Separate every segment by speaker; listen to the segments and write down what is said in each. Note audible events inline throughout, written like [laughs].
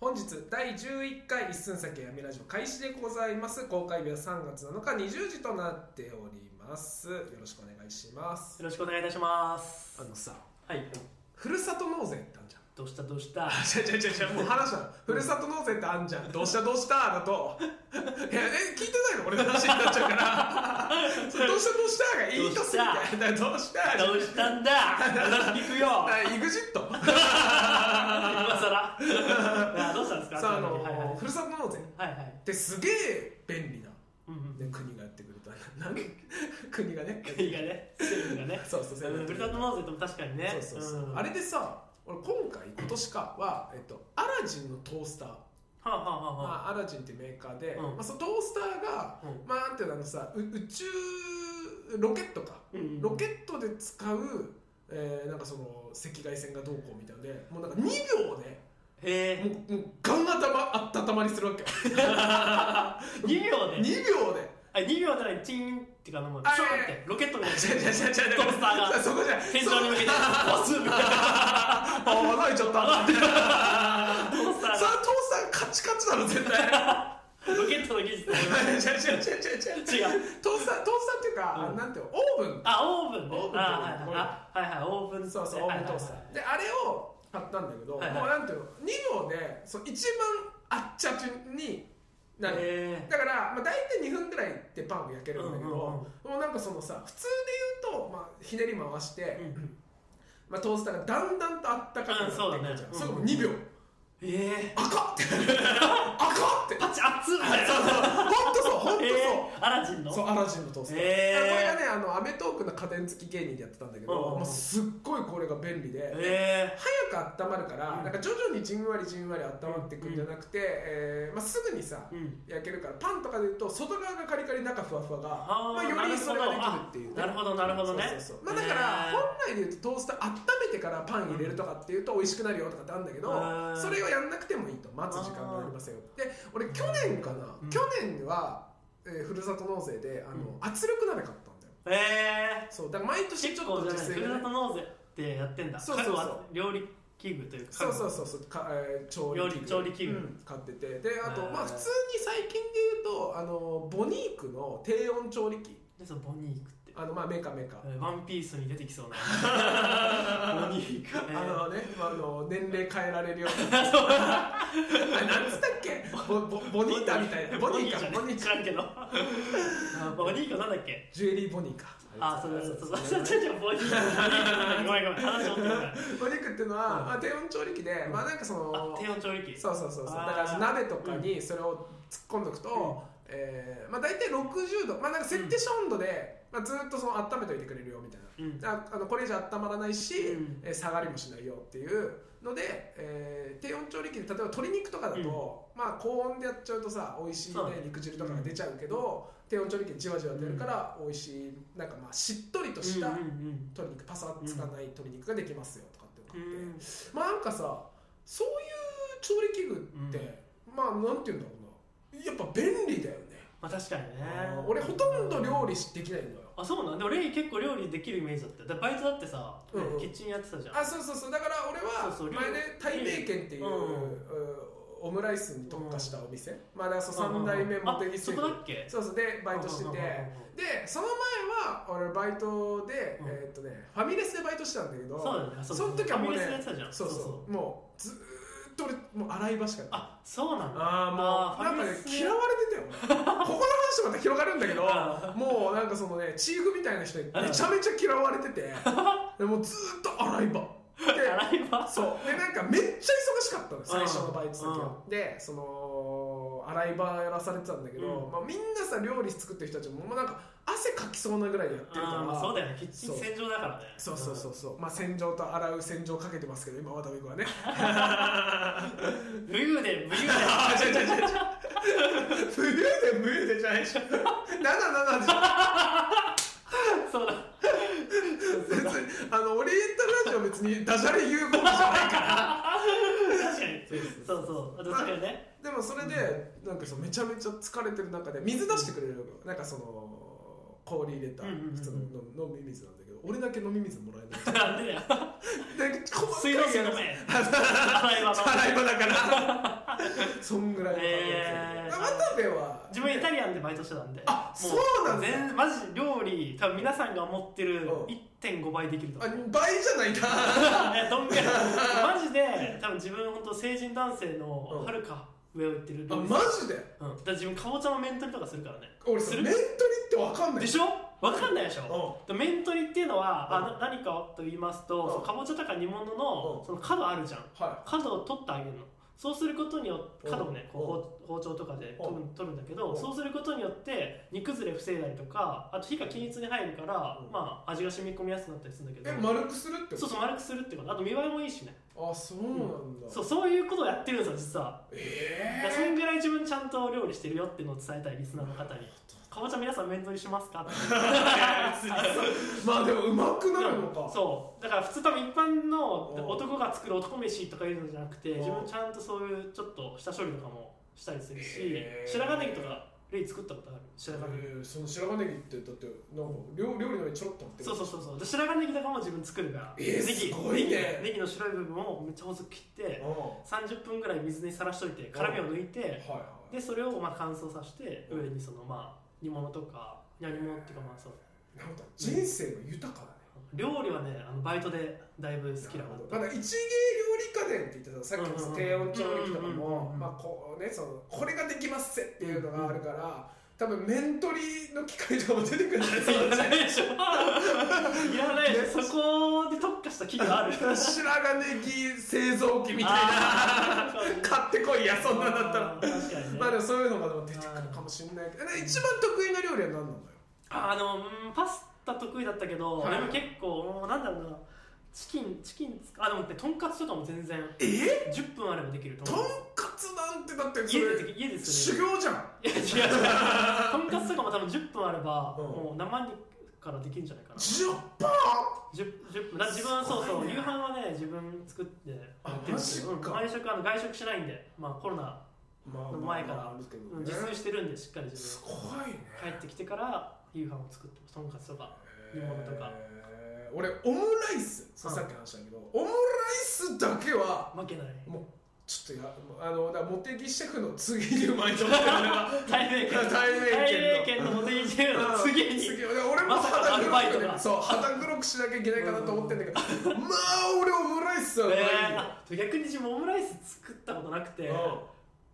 Speaker 1: 本日第11回一寸先闇ラジオ開始でございます公開日は3月7日20時となっておりますよろしくお願いします
Speaker 2: よろしくお願いいたします
Speaker 1: あのさ
Speaker 2: はい
Speaker 1: ふるさと納税ってあん
Speaker 2: [laughs]
Speaker 1: じゃん
Speaker 2: どうしたどうした
Speaker 1: [laughs] 違う違う違う違うもう話したのふるさと納税ってあんじゃんどうしたどうしただといやえ聞いてないの俺の話になっちゃう
Speaker 2: [laughs]
Speaker 1: からそれどうしたどうしたがいいとすぎてだからどうした
Speaker 2: どうしたんだ話聞くよ
Speaker 1: イグジット
Speaker 2: [laughs] 今さらどうしたんですか
Speaker 1: さああの、
Speaker 2: はいはい
Speaker 1: ふるさと納税っ
Speaker 2: はいはい
Speaker 1: てすげえ便利な、
Speaker 2: うんうん
Speaker 1: ね、国がやってくれた [laughs] なんか国がね
Speaker 2: 国がね政府がね
Speaker 1: そうそうそう
Speaker 2: うんふるさと納税とも確かにね
Speaker 1: そうそうそう、
Speaker 2: ん
Speaker 1: あれでさ俺今回今年かは、えっと、アラジンのトースター、
Speaker 2: はあはあ
Speaker 1: ま
Speaker 2: はあ
Speaker 1: あ、アラジンってメーカーで、
Speaker 2: うん
Speaker 1: まあ、そのトースターが、
Speaker 2: うん
Speaker 1: まあなんていうのあのさう宇宙ロケットか、
Speaker 2: うんうん
Speaker 1: ロケットで使う、えーなんかその赤外線がどうこうみたいのでもうなんか2秒で、
Speaker 2: へえ
Speaker 1: もうもうガン頭温まりするわ
Speaker 2: [laughs]
Speaker 1: けよ2
Speaker 2: 2秒で
Speaker 1: 秒で
Speaker 2: あ2秒ならチーンってかのもう
Speaker 1: あ
Speaker 2: シューってロケットみたい
Speaker 1: [laughs] 違う違う違う違う
Speaker 2: なトースターが
Speaker 1: そこじゃ
Speaker 2: 天井に向けて押すみたいな [laughs]
Speaker 1: ああ泣いちゃったみたいな
Speaker 2: トースタ
Speaker 1: さあ父
Speaker 2: ーが
Speaker 1: さんカチカチだろ絶対
Speaker 2: ロケットの
Speaker 1: [laughs]
Speaker 2: 技
Speaker 1: 違う違
Speaker 2: 術
Speaker 1: う違う違う
Speaker 2: 違う
Speaker 1: トースタートースターっていうか、
Speaker 2: うん
Speaker 1: なんていうのオーブン
Speaker 2: あオーブンね
Speaker 1: オーブンって
Speaker 2: あ
Speaker 1: こう
Speaker 2: はい
Speaker 1: いうの
Speaker 2: あはいはいオーブンね
Speaker 1: そうそうオ
Speaker 2: は
Speaker 1: ー
Speaker 2: い
Speaker 1: ブン
Speaker 2: はい
Speaker 1: トースター、であれを買ったんだけど、
Speaker 2: はいはい
Speaker 1: もうなんていうの2秒でそう一番あっちゃちになる
Speaker 2: へ
Speaker 1: だから、まあ、大体2分ぐらいでパンが焼けるんだけど、
Speaker 2: うんうん
Speaker 1: もうなんかそのさ普通で言うと、まあ、ひねり回して、
Speaker 2: えうん
Speaker 1: まあ、トースターがだんだんとあったかくなっていくじゃん、
Speaker 2: うん
Speaker 1: それ
Speaker 2: そうだね
Speaker 1: も2秒、
Speaker 2: え
Speaker 1: 赤っ赤っって
Speaker 2: ーパチ熱っみたいな
Speaker 1: そうそう本当そう本当そう、
Speaker 2: えーアラジンの
Speaker 1: そうアラジンのトースター、
Speaker 2: へー
Speaker 1: これがねあの『アメトーーク』の家電付き芸人でやってたんだけど、
Speaker 2: うんうんうん
Speaker 1: もうすっごいこれが便利で、
Speaker 2: え
Speaker 1: 早く温まるから、
Speaker 2: うん
Speaker 1: なんか徐々にじんわりじんわり温まっていくんじゃなくて、えーまあ、すぐにさ、
Speaker 2: ーうん
Speaker 1: 焼けるからパンとかで言うと外側がカリカリ中ふわふわが
Speaker 2: あー
Speaker 1: まあ、よりそれができるっていう、
Speaker 2: なるほどなるほどね
Speaker 1: そうそうそうまあ、だから本来で言うとトースター温めてからパン入れるとかっていうと美味しくなるよとかってあるんだけど、
Speaker 2: うん
Speaker 1: それをやんなくてもいいと待つ時間がありませんよで俺去年かな、
Speaker 2: うん
Speaker 1: 去年は、えーふるさと納税であの、圧力鍋買ったんだよ
Speaker 2: えーえ
Speaker 1: そうだから毎
Speaker 2: ー
Speaker 1: 年ちょ
Speaker 2: 結
Speaker 1: っ
Speaker 2: 構
Speaker 1: と
Speaker 2: じゃ
Speaker 1: 自
Speaker 2: ない
Speaker 1: 炊
Speaker 2: ふる
Speaker 1: が
Speaker 2: さ
Speaker 1: ね
Speaker 2: と納税ってやってんだ
Speaker 1: そうそうそう
Speaker 2: 各は料理器具というか
Speaker 1: そうそううそうそう、かえー調器具
Speaker 2: 料理調理器具
Speaker 1: うん買っててであと
Speaker 2: へー
Speaker 1: まあ普通に最近で言うとあのボニークの低温調理器
Speaker 2: でそのボニークって
Speaker 1: あのまあメーカーメーカー、
Speaker 2: えーワンピースに出てきそうな
Speaker 1: [laughs]
Speaker 2: ボニークえ
Speaker 1: あ
Speaker 2: ー
Speaker 1: のね、まあ、あの年齢変えられるようにあれなんつったっけボボボニータみたいなボニー
Speaker 2: じゃ
Speaker 1: か
Speaker 2: ね
Speaker 1: ボニー
Speaker 2: 知
Speaker 1: から [laughs]
Speaker 2: んけどあボニークなんだっけ
Speaker 1: ジュエリーボニーか
Speaker 2: あ、そうだそうそうそ
Speaker 1: [laughs]
Speaker 2: う。ちょちょボディー。ごめんごめん。話をってるから。
Speaker 1: ボニークっていうのは、まあ、低温調理器で、まあなんかそ
Speaker 2: あ
Speaker 1: の、
Speaker 2: 低温調理器。
Speaker 1: そうそうそうそうだ
Speaker 2: あー
Speaker 1: から鍋とかにそれを突っ込んどくと、えーまあ、大体60度、まあ、なんか設定した温度で、まあ、ずっとその温めておいてくれるよみたいな
Speaker 2: うん。
Speaker 1: ああのこれ以上温まらないし、
Speaker 2: うん
Speaker 1: えー下がりもしないよっていうので、えー低温調理器で例えば鶏肉とかだと、まあ、高温でやっちゃうとさ美味しい、ね
Speaker 2: そうだね
Speaker 1: 肉汁とかが出ちゃうけど、低温調理器でじわじわ出るから美味しいなんかまあしっとりとした
Speaker 2: うんう
Speaker 1: 鶏
Speaker 2: ん
Speaker 1: 肉、パサつかない鶏肉ができますよとかって
Speaker 2: う
Speaker 1: いうのがあって、
Speaker 2: ん。
Speaker 1: まあなんかさそういう調理器具って、まあなんていうんだろうなやっぱ便利だよね、
Speaker 2: まあ確かにね
Speaker 1: あー。俺ほとんど料理しできないのよ
Speaker 2: あ、そうなん。でもレイ結構料理できるイメージだったよ。だからバイトだってさ
Speaker 1: うんうん、
Speaker 2: キッチンやってたじゃん。
Speaker 1: あそうそうそうだから俺は
Speaker 2: そうそう
Speaker 1: 前ね
Speaker 2: 料理
Speaker 1: 泰明軒っていう、
Speaker 2: うん
Speaker 1: うんオムライスに特化したお店、まあだからそう3代目
Speaker 2: あ
Speaker 1: 茂木シ
Speaker 2: そ
Speaker 1: ェ
Speaker 2: こだ
Speaker 1: フ
Speaker 2: っけ？
Speaker 1: そうそうでバイトして
Speaker 2: うん
Speaker 1: て
Speaker 2: うんうんうん
Speaker 1: でその前は俺バイトで、
Speaker 2: うん
Speaker 1: えーっとねファミレスでバイトしてたんだけど
Speaker 2: そうだよねあ。
Speaker 1: そうの時はもうね
Speaker 2: ファミレスのやつだじゃん。
Speaker 1: そうそうもうずーっと俺もう洗い場しかない
Speaker 2: あ、そうなんだ。
Speaker 1: あーもう
Speaker 2: あー
Speaker 1: なんか
Speaker 2: ファミ
Speaker 1: ね
Speaker 2: レスね
Speaker 1: 嫌われてたよここの話また広がるんだけど
Speaker 2: あ
Speaker 1: もうなんかそのねチーフみたいな人にめちゃめちゃ嫌われて
Speaker 2: [laughs]
Speaker 1: てでもうずーっと洗い場で
Speaker 2: 洗い場。
Speaker 1: そうでなんかめっちゃ忙しかったのよ最初のバイト先は
Speaker 2: う
Speaker 1: でその洗い場やらされてたんだけど、
Speaker 2: うん
Speaker 1: まあ、みんなさ料理作ってる人たちももうなんか汗かきそうなぐらいやってるから
Speaker 2: あーまあそうだよね。キッチン洗浄だからね。
Speaker 1: そうそうそうそう、まあ洗浄と洗う洗浄かけてますけど今渡辺君は
Speaker 2: [laughs]
Speaker 1: ね
Speaker 2: うん。武勇伝武勇伝。
Speaker 1: [laughs] あ違う違う違う違う冬で冬でじゃないでしょ77じゃん
Speaker 2: そうだ。
Speaker 1: 別にあのオリエンタルラジオ別にダジャレ言うことじゃないから
Speaker 2: 確かに。そうそう。確かにね。
Speaker 1: でもそれでなんかそうめちゃめちゃ疲れてる中で水出してくれるのなんかその氷入れた
Speaker 2: うんうんうんうん
Speaker 1: 普通の飲み水なんだけど俺だけ飲み水もらえない
Speaker 2: なんでだよ。
Speaker 1: で細かい
Speaker 2: 水道水飲め。洗い場の。
Speaker 1: 洗い場だからそんぐらいの感覚
Speaker 2: えー
Speaker 1: 渡部は
Speaker 2: 自分イタリアンでバイトしてたんで
Speaker 1: あ
Speaker 2: も
Speaker 1: そうなんだ
Speaker 2: 全マジ料理多分皆さんが思ってる
Speaker 1: うん
Speaker 2: 1.5倍できると
Speaker 1: あ
Speaker 2: 思う
Speaker 1: 倍じゃないか
Speaker 2: [laughs] えどんぐらいマジで多分自分本当成人男性
Speaker 1: うん
Speaker 2: のはるか上を行ってる
Speaker 1: あ
Speaker 2: 料理
Speaker 1: マジで
Speaker 2: うん、だから自分かぼちゃの面取りとかするからね
Speaker 1: 俺
Speaker 2: す
Speaker 1: さ
Speaker 2: る
Speaker 1: 面取りってわかんない
Speaker 2: でしょわかんないでしょ
Speaker 1: う、
Speaker 2: で面取りっていうのは、
Speaker 1: う
Speaker 2: あな何かと言いますと、
Speaker 1: うん
Speaker 2: そのかぼちゃとか煮物の,、
Speaker 1: うん
Speaker 2: その角あるじゃん
Speaker 1: は
Speaker 2: 角を取ってあげるのそうすることによっ
Speaker 1: うん
Speaker 2: て角をねこう包包丁とかで取る取るんだけ
Speaker 1: う
Speaker 2: ど
Speaker 1: ん
Speaker 2: そうすることによって煮崩れ防いだりとかあと火が均一に入るから
Speaker 1: うん
Speaker 2: まあ味が染み込みやすくなったりするん
Speaker 1: い
Speaker 2: だ
Speaker 1: え
Speaker 2: けど
Speaker 1: 丸くするってこと
Speaker 2: そうそう丸くするってことあと見栄えもいいしね
Speaker 1: あそうなんだ
Speaker 2: そうそういうことをやってるんですよ実はだからそ
Speaker 1: え
Speaker 2: んぐらい自分ちゃんと料理してるよっていうのを伝えたいリスナーの方にかぼちゃ皆さん面取りしま
Speaker 1: [laughs]
Speaker 2: すかって
Speaker 1: えまあでもうまくなるのか
Speaker 2: そうだから普通多分一般の
Speaker 1: うん
Speaker 2: 男が作る男飯とかいうのじゃなくて
Speaker 1: うん
Speaker 2: 自分ちゃんとそういうちょっと下処理とかもしたりするし
Speaker 1: へー
Speaker 2: 白髪ネギとかレイ作ったことある
Speaker 1: え
Speaker 2: 白髪ネギ
Speaker 1: ーその白髪ネギってだってなんか料料理の上にちょろっと乗ってる
Speaker 2: そうそうそうそうで白髪ネギとかも自分作るから
Speaker 1: えー
Speaker 2: ネギ
Speaker 1: すごいね
Speaker 2: ネギネギの白い部分をめっちゃ細く切って
Speaker 1: あ
Speaker 2: 30分ぐらい水にさらしといて辛みを抜い
Speaker 1: あはい
Speaker 2: て
Speaker 1: はい
Speaker 2: でそれをまあ乾燥させて
Speaker 1: うん
Speaker 2: 上にそのまあ煮物とか煮物っていうかまあそう
Speaker 1: なんか人生が豊かだね
Speaker 2: 料理はねあのバイトでだいぶ好きだ
Speaker 1: な
Speaker 2: な
Speaker 1: るほどまだ一芸料理家電って言ってたさっきの
Speaker 2: うんうん
Speaker 1: 低温調理器とか
Speaker 2: うんうん
Speaker 1: も
Speaker 2: うん
Speaker 1: まあこうねそのこれができますせっていうのがあるから多分面取りの機械とかも出てくるんじゃ
Speaker 2: [laughs]
Speaker 1: ない
Speaker 2: いらないでしょいらないでしょそこで特化した企業ある
Speaker 1: [laughs] 白髪ネギ製造機みたい
Speaker 2: あ
Speaker 1: な
Speaker 2: ーそうね
Speaker 1: 買ってこいやそんなんだったら
Speaker 2: あー確かにね
Speaker 1: まあでもそういうのがでも出てくるかもしれないけどえ一番得意な料理は何なのよ
Speaker 2: あのうんパスタ得意だったけど、
Speaker 1: はい
Speaker 2: でも結構もうなんだろうなチキンチキンつあでもねとんかつとかも全然
Speaker 1: え
Speaker 2: 10分あればできると
Speaker 1: とん
Speaker 2: 思う
Speaker 1: かつなんてだってそ
Speaker 2: 家で
Speaker 1: れ
Speaker 2: 家です
Speaker 1: 修
Speaker 2: る
Speaker 1: 行じゃん
Speaker 2: いや違う違うとんかつとかも多分10分あれば、
Speaker 1: うん
Speaker 2: もう生肉からできるんじゃないかな
Speaker 1: 10パ
Speaker 2: 10, 10分だから自分はそう
Speaker 1: す
Speaker 2: そ
Speaker 1: ご
Speaker 2: う、
Speaker 1: いね
Speaker 2: 夕飯はね自分作ってやってるんですけど
Speaker 1: あマジか
Speaker 2: うん毎食あの外食しないんで、まあ、コロナ
Speaker 1: まあ
Speaker 2: 前から
Speaker 1: まああるけど
Speaker 2: うん
Speaker 1: ね
Speaker 2: 自炊してるんでしっかり自
Speaker 1: す
Speaker 2: 分
Speaker 1: ごいね
Speaker 2: 帰ってきてから夕飯を作ってますとんかつとか煮物とか
Speaker 1: へー俺オムライスそう
Speaker 2: うん
Speaker 1: さっき話したけどオムライスだけは
Speaker 2: 負けない
Speaker 1: もうちょっとやあのだから茂木シェフの次にうまいと思ってる俺は
Speaker 2: 大名
Speaker 1: 大
Speaker 2: 県
Speaker 1: 名犬
Speaker 2: 県
Speaker 1: の
Speaker 2: の茂木シェフの次
Speaker 1: [laughs]
Speaker 2: に
Speaker 1: 次俺も
Speaker 2: まさ
Speaker 1: 肌
Speaker 2: かのアル
Speaker 1: 黒
Speaker 2: バイト
Speaker 1: くね
Speaker 2: が
Speaker 1: そう肌黒くしなきゃいけないかなと思ってんだけ [laughs] どまあ俺オムライスはうまいよ
Speaker 2: えーあ逆に自分オムライス作ったことなくてだか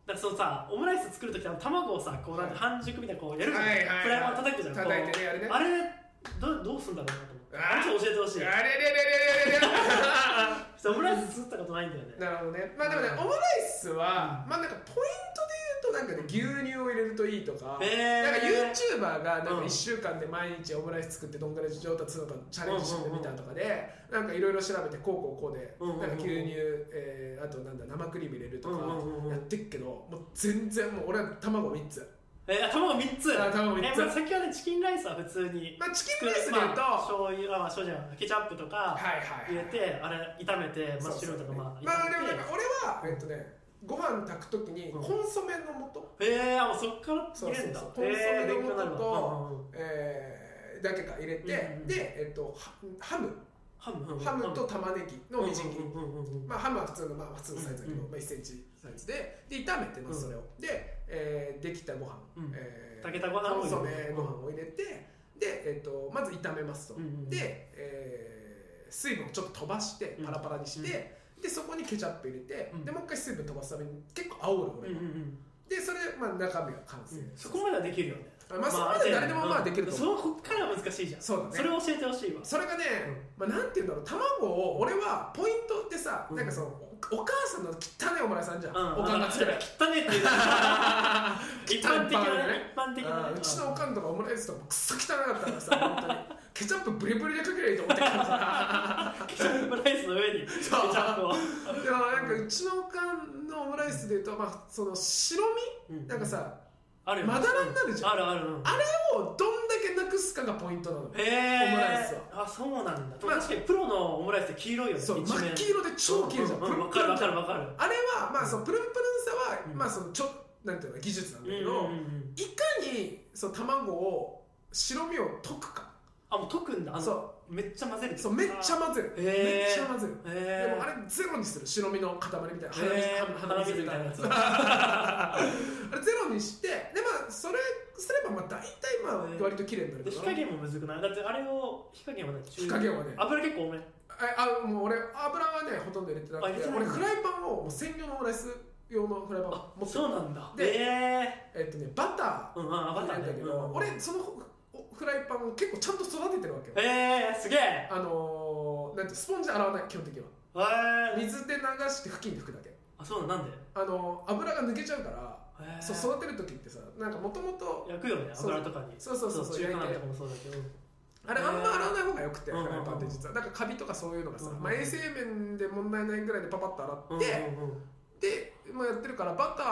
Speaker 1: う
Speaker 2: らそのさオムライス作るとき卵をさこうなんか半熟みたいなこうやるじゃん
Speaker 1: はいはいはい
Speaker 2: フライパン叩くじゃん
Speaker 1: ん
Speaker 2: こう
Speaker 1: 叩いてねあれね
Speaker 2: あれどどうすんだろうなと思ってあれちょっと教えてほしい
Speaker 1: あれれれれ
Speaker 2: [laughs]
Speaker 1: れれれ
Speaker 2: そうオムライス作ったことないんだよね
Speaker 1: なるほどねまあでもねオムライスはまあなんかポイントで言うとなんかね牛乳を入れるといいとか
Speaker 2: えー
Speaker 1: なんか YouTuber がなんか
Speaker 2: うん
Speaker 1: 1週間で毎日オムライス作ってどんぐらい上達するのかチャレンジしてみたとかでなんかいろいろ調べてこうこうこうで
Speaker 2: うんうんうん
Speaker 1: なんか牛乳、えーあとなんだ生クリーム入れるとか
Speaker 2: うんうんうんうん
Speaker 1: やってっけどもう全然もう俺は卵3つ、
Speaker 2: えー卵3つ
Speaker 1: あ卵3
Speaker 2: え
Speaker 1: つ
Speaker 2: まあ先はねチキンライスは普通に
Speaker 1: まあ、チキンライスで言うと、
Speaker 2: まあ、醤油あまあ醤油じゃないケチャップとか
Speaker 1: はいはい
Speaker 2: 入れてあれ炒めてマ
Speaker 1: そう
Speaker 2: ッシュルームとかまあ
Speaker 1: まあでもな
Speaker 2: 炒
Speaker 1: ん
Speaker 2: め
Speaker 1: か
Speaker 2: て
Speaker 1: 俺はえっとねご飯炊くときに
Speaker 2: う
Speaker 1: コ
Speaker 2: ん
Speaker 1: ンソメの素、
Speaker 2: えー、あもうそっから入れるんだ
Speaker 1: そうそうそう
Speaker 2: えー
Speaker 1: コンソメの
Speaker 2: 勉強になるわ
Speaker 1: 素と
Speaker 2: うんうんうん
Speaker 1: えーだけか入れて、
Speaker 2: うんうん
Speaker 1: で、えっと、ハハム
Speaker 2: ハムうん
Speaker 1: ハムと玉ねぎのみじん切り、
Speaker 2: うんうんうんうん
Speaker 1: まあ、ハムは普通の、まあ、普通のサイズだけど、
Speaker 2: うんうん
Speaker 1: まあ、1センチサイズでで炒めてます、
Speaker 2: う
Speaker 1: そ
Speaker 2: ん
Speaker 1: れをで、えーできたご飯、
Speaker 2: うん
Speaker 1: えー
Speaker 2: 炊けたご飯を入
Speaker 1: コ
Speaker 2: れる
Speaker 1: ンソメご飯を入れてで、えっと、まず炒めますと、
Speaker 2: うんうん
Speaker 1: で、えー水分をちょっと飛ばしてパラパラにして、でそこにケチャップ入れて、
Speaker 2: うん
Speaker 1: でもう一回水分飛ばすために結構煽る
Speaker 2: うん
Speaker 1: 俺
Speaker 2: うん
Speaker 1: は、
Speaker 2: うん
Speaker 1: でそれで、まあ、中身が完成、
Speaker 2: うんそこまではできるよね
Speaker 1: まあそこまで誰でもまあできると思
Speaker 2: う、うんそのこっからは難しいじゃん
Speaker 1: そうだね
Speaker 2: それを教えてほしいわ
Speaker 1: それがね、まあ、なんて言うんだろう卵を俺はポイントってさ、
Speaker 2: うん
Speaker 1: なんかそのおお母さんの汚いお前さんじゃん、
Speaker 2: うん
Speaker 1: おかんが作る
Speaker 2: [laughs] あ汚ねって言う
Speaker 1: [laughs]
Speaker 2: 一般的なね一般的な
Speaker 1: あ
Speaker 2: ね
Speaker 1: ーうちのおかんとかオムライスとかもくそ汚かったからさ本当にケチャップブリブリでかけりゃいいと思ってるからさ
Speaker 2: ケチャップライスの上にケチャップを
Speaker 1: でもなんかうちのおかんのオムライスでいうと、まあ、その白身なんかさ
Speaker 2: あるよ
Speaker 1: まだらになるじゃん
Speaker 2: あるあるうん
Speaker 1: あれをどんだけなくすかがポイントなのよ
Speaker 2: へえ
Speaker 1: オムライス
Speaker 2: あそうなんだ、
Speaker 1: まあ
Speaker 2: 確かにプロのオムライスって黄色いよね
Speaker 1: そう
Speaker 2: 一面
Speaker 1: 真っ黄色で超黄色じゃん
Speaker 2: うんうんうんわかるわかるわかる
Speaker 1: あれはまあそのプルンプルンさは、
Speaker 2: うん
Speaker 1: まあそのちょなんていうの技術なんだけ
Speaker 2: う
Speaker 1: ど、
Speaker 2: んうんうんうん
Speaker 1: いかにその卵を白身を溶くか
Speaker 2: ああもう溶くんだあの
Speaker 1: そ
Speaker 2: めっちゃ混ぜる
Speaker 1: そうめっちゃ混ぜる、
Speaker 2: へー
Speaker 1: めっちゃ混ぜる
Speaker 2: え
Speaker 1: で
Speaker 2: ー、
Speaker 1: もあれゼロにする白身の塊みたいな鼻水
Speaker 2: えー、
Speaker 1: 鼻
Speaker 2: 鼻
Speaker 1: 水
Speaker 2: 水
Speaker 1: み
Speaker 2: み
Speaker 1: た
Speaker 2: た
Speaker 1: いな
Speaker 2: いな
Speaker 1: や
Speaker 2: や
Speaker 1: つ
Speaker 2: つ
Speaker 1: あれゼロにしてでまあそれすればまあ大体まあ
Speaker 2: えー
Speaker 1: 割と綺麗になる
Speaker 2: で
Speaker 1: け
Speaker 2: 火
Speaker 1: ど
Speaker 2: 加減もむずくないだってあれを火加減はね中
Speaker 1: 火加減はね
Speaker 2: 油結構多め
Speaker 1: ああもう俺油はねほとんど入れてな
Speaker 2: あ
Speaker 1: く
Speaker 2: 入
Speaker 1: て
Speaker 2: れてない
Speaker 1: 俺フライパンをもう専用のライス用のフライパン
Speaker 2: あ
Speaker 1: 持ってる
Speaker 2: そうなんだ
Speaker 1: で
Speaker 2: え
Speaker 1: えっとねバタ
Speaker 2: ー、うんうんあ
Speaker 1: ー
Speaker 2: バタ
Speaker 1: 入れ
Speaker 2: ーね
Speaker 1: たけど、
Speaker 2: うん、
Speaker 1: 俺そのおフライパンを結構ちゃんと育ててるわけよ
Speaker 2: えー、すげえ
Speaker 1: あのー、なんてスポンジで洗わない基本的には
Speaker 2: えー、
Speaker 1: 水で流して布巾で拭くだけ
Speaker 2: あそうなんなんで、
Speaker 1: あのー、油が抜けちゃうから
Speaker 2: えー、
Speaker 1: そう育てる時ってさなんかもともと
Speaker 2: 焼くよね
Speaker 1: そう
Speaker 2: 油とかに
Speaker 1: そうそうそうそう
Speaker 2: 中華
Speaker 1: 焼い
Speaker 2: 鍋
Speaker 1: て
Speaker 2: とかもそうだけど
Speaker 1: あれあんま洗わない方がよくて
Speaker 2: う
Speaker 1: フ
Speaker 2: ん
Speaker 1: ライパンって実はだからカビとかそういうのがさ、
Speaker 2: うん
Speaker 1: まあ、衛生面で問題ないぐらいでパパッと洗
Speaker 2: うん
Speaker 1: って、
Speaker 2: うんうん
Speaker 1: で、まあ、やってるからバタ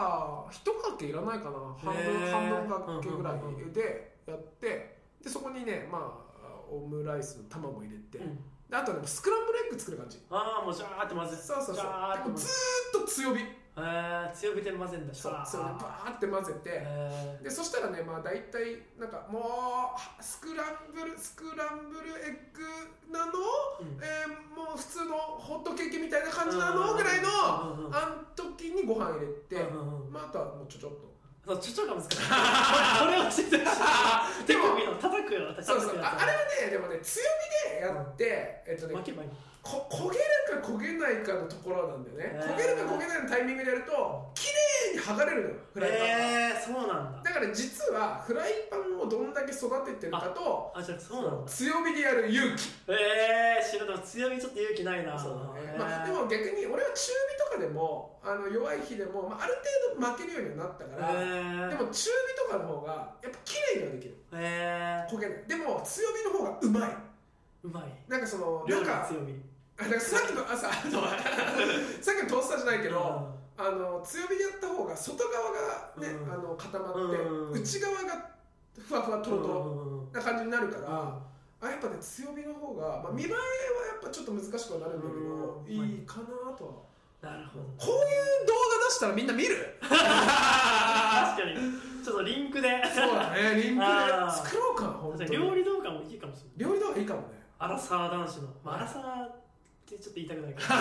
Speaker 1: ー一かけいらないかな半分
Speaker 2: へー
Speaker 1: 半分かけぐら
Speaker 2: うんうんう
Speaker 1: いでやってでそこにねまあオムライスの卵入れて、
Speaker 2: うん
Speaker 1: であとねスクランブルエッグ作る感じ
Speaker 2: ああもうジャーって混ぜ
Speaker 1: そうそうそう
Speaker 2: ジャーって
Speaker 1: でも
Speaker 2: 混
Speaker 1: ず
Speaker 2: ぜ
Speaker 1: ーっと強火
Speaker 2: えー、強火で混ぜんだ
Speaker 1: そう
Speaker 2: あー
Speaker 1: それでバーって混ぜて、
Speaker 2: え
Speaker 1: でそしたらねまあ大体なんかもうスクランブルスクランブルエッグなの、
Speaker 2: うん
Speaker 1: えーもう普通のホットケーキみたいな感じなのぐらいの
Speaker 2: うんうんうん
Speaker 1: あん時にご飯入れて、
Speaker 2: うんうんうん
Speaker 1: まあ、あとはもうちょちょっと
Speaker 2: そうちょちょが難しい
Speaker 1: [laughs]
Speaker 2: これを教えてほしい手
Speaker 1: でも
Speaker 2: 首を叩くよ私
Speaker 1: そうそう
Speaker 2: 叩くよ
Speaker 1: ああれはねでもね強火でやって、えっとね
Speaker 2: 巻けばいい
Speaker 1: こ焦げるか焦げないかのところなんだよね、
Speaker 2: へー
Speaker 1: 焦げるか焦げないのタイミングでやると綺麗に剥がれるのよフライパンが、
Speaker 2: えー、そうなんだ
Speaker 1: だから実はフライパンをどんだけ育ててるかと
Speaker 2: あじゃあそうなんだ
Speaker 1: 強火でやる勇気
Speaker 2: えー、知らない強火ちょっと勇気ないな
Speaker 1: そうだね
Speaker 2: えー
Speaker 1: まあ、でも逆に俺は中火とかでもあの弱い火でも、まあ、ある程度負けるようにはなったから、
Speaker 2: えー、
Speaker 1: でも中火とかの方がやっぱ綺麗にはできる
Speaker 2: え
Speaker 1: 焦げないでも強火の方がうまい
Speaker 2: ー、うまい
Speaker 1: なんかそのな
Speaker 2: 料
Speaker 1: ん
Speaker 2: 理の
Speaker 1: か
Speaker 2: 強み
Speaker 1: あなんかさっきの朝さっきの [laughs] トースターじゃないけど、あの強火でやった方が外側がね、
Speaker 2: うん
Speaker 1: あの固まって、
Speaker 2: うん
Speaker 1: 内側がふわふわとろとろ
Speaker 2: ろ
Speaker 1: な感じになるから、
Speaker 2: あ
Speaker 1: あやっぱね強火の方が、まあ、見栄えはやっぱちょっと難しくはなるんだけど、
Speaker 2: うん
Speaker 1: いいかなとは
Speaker 2: なるほど
Speaker 1: こういう動画出したらみんな見るそう
Speaker 2: 確かにちょっとリンクで
Speaker 1: だね [laughs] リンクで
Speaker 2: あー
Speaker 1: 作ろうか本
Speaker 2: 確
Speaker 1: 当
Speaker 2: か
Speaker 1: に
Speaker 2: に料理動画もいいかもしれな
Speaker 1: 料
Speaker 2: い
Speaker 1: 理動画いいかもね
Speaker 2: アラサー男子の、まあ、アラサーってちょっと言いたくな
Speaker 1: [laughs]
Speaker 2: い
Speaker 1: だ
Speaker 2: か
Speaker 1: か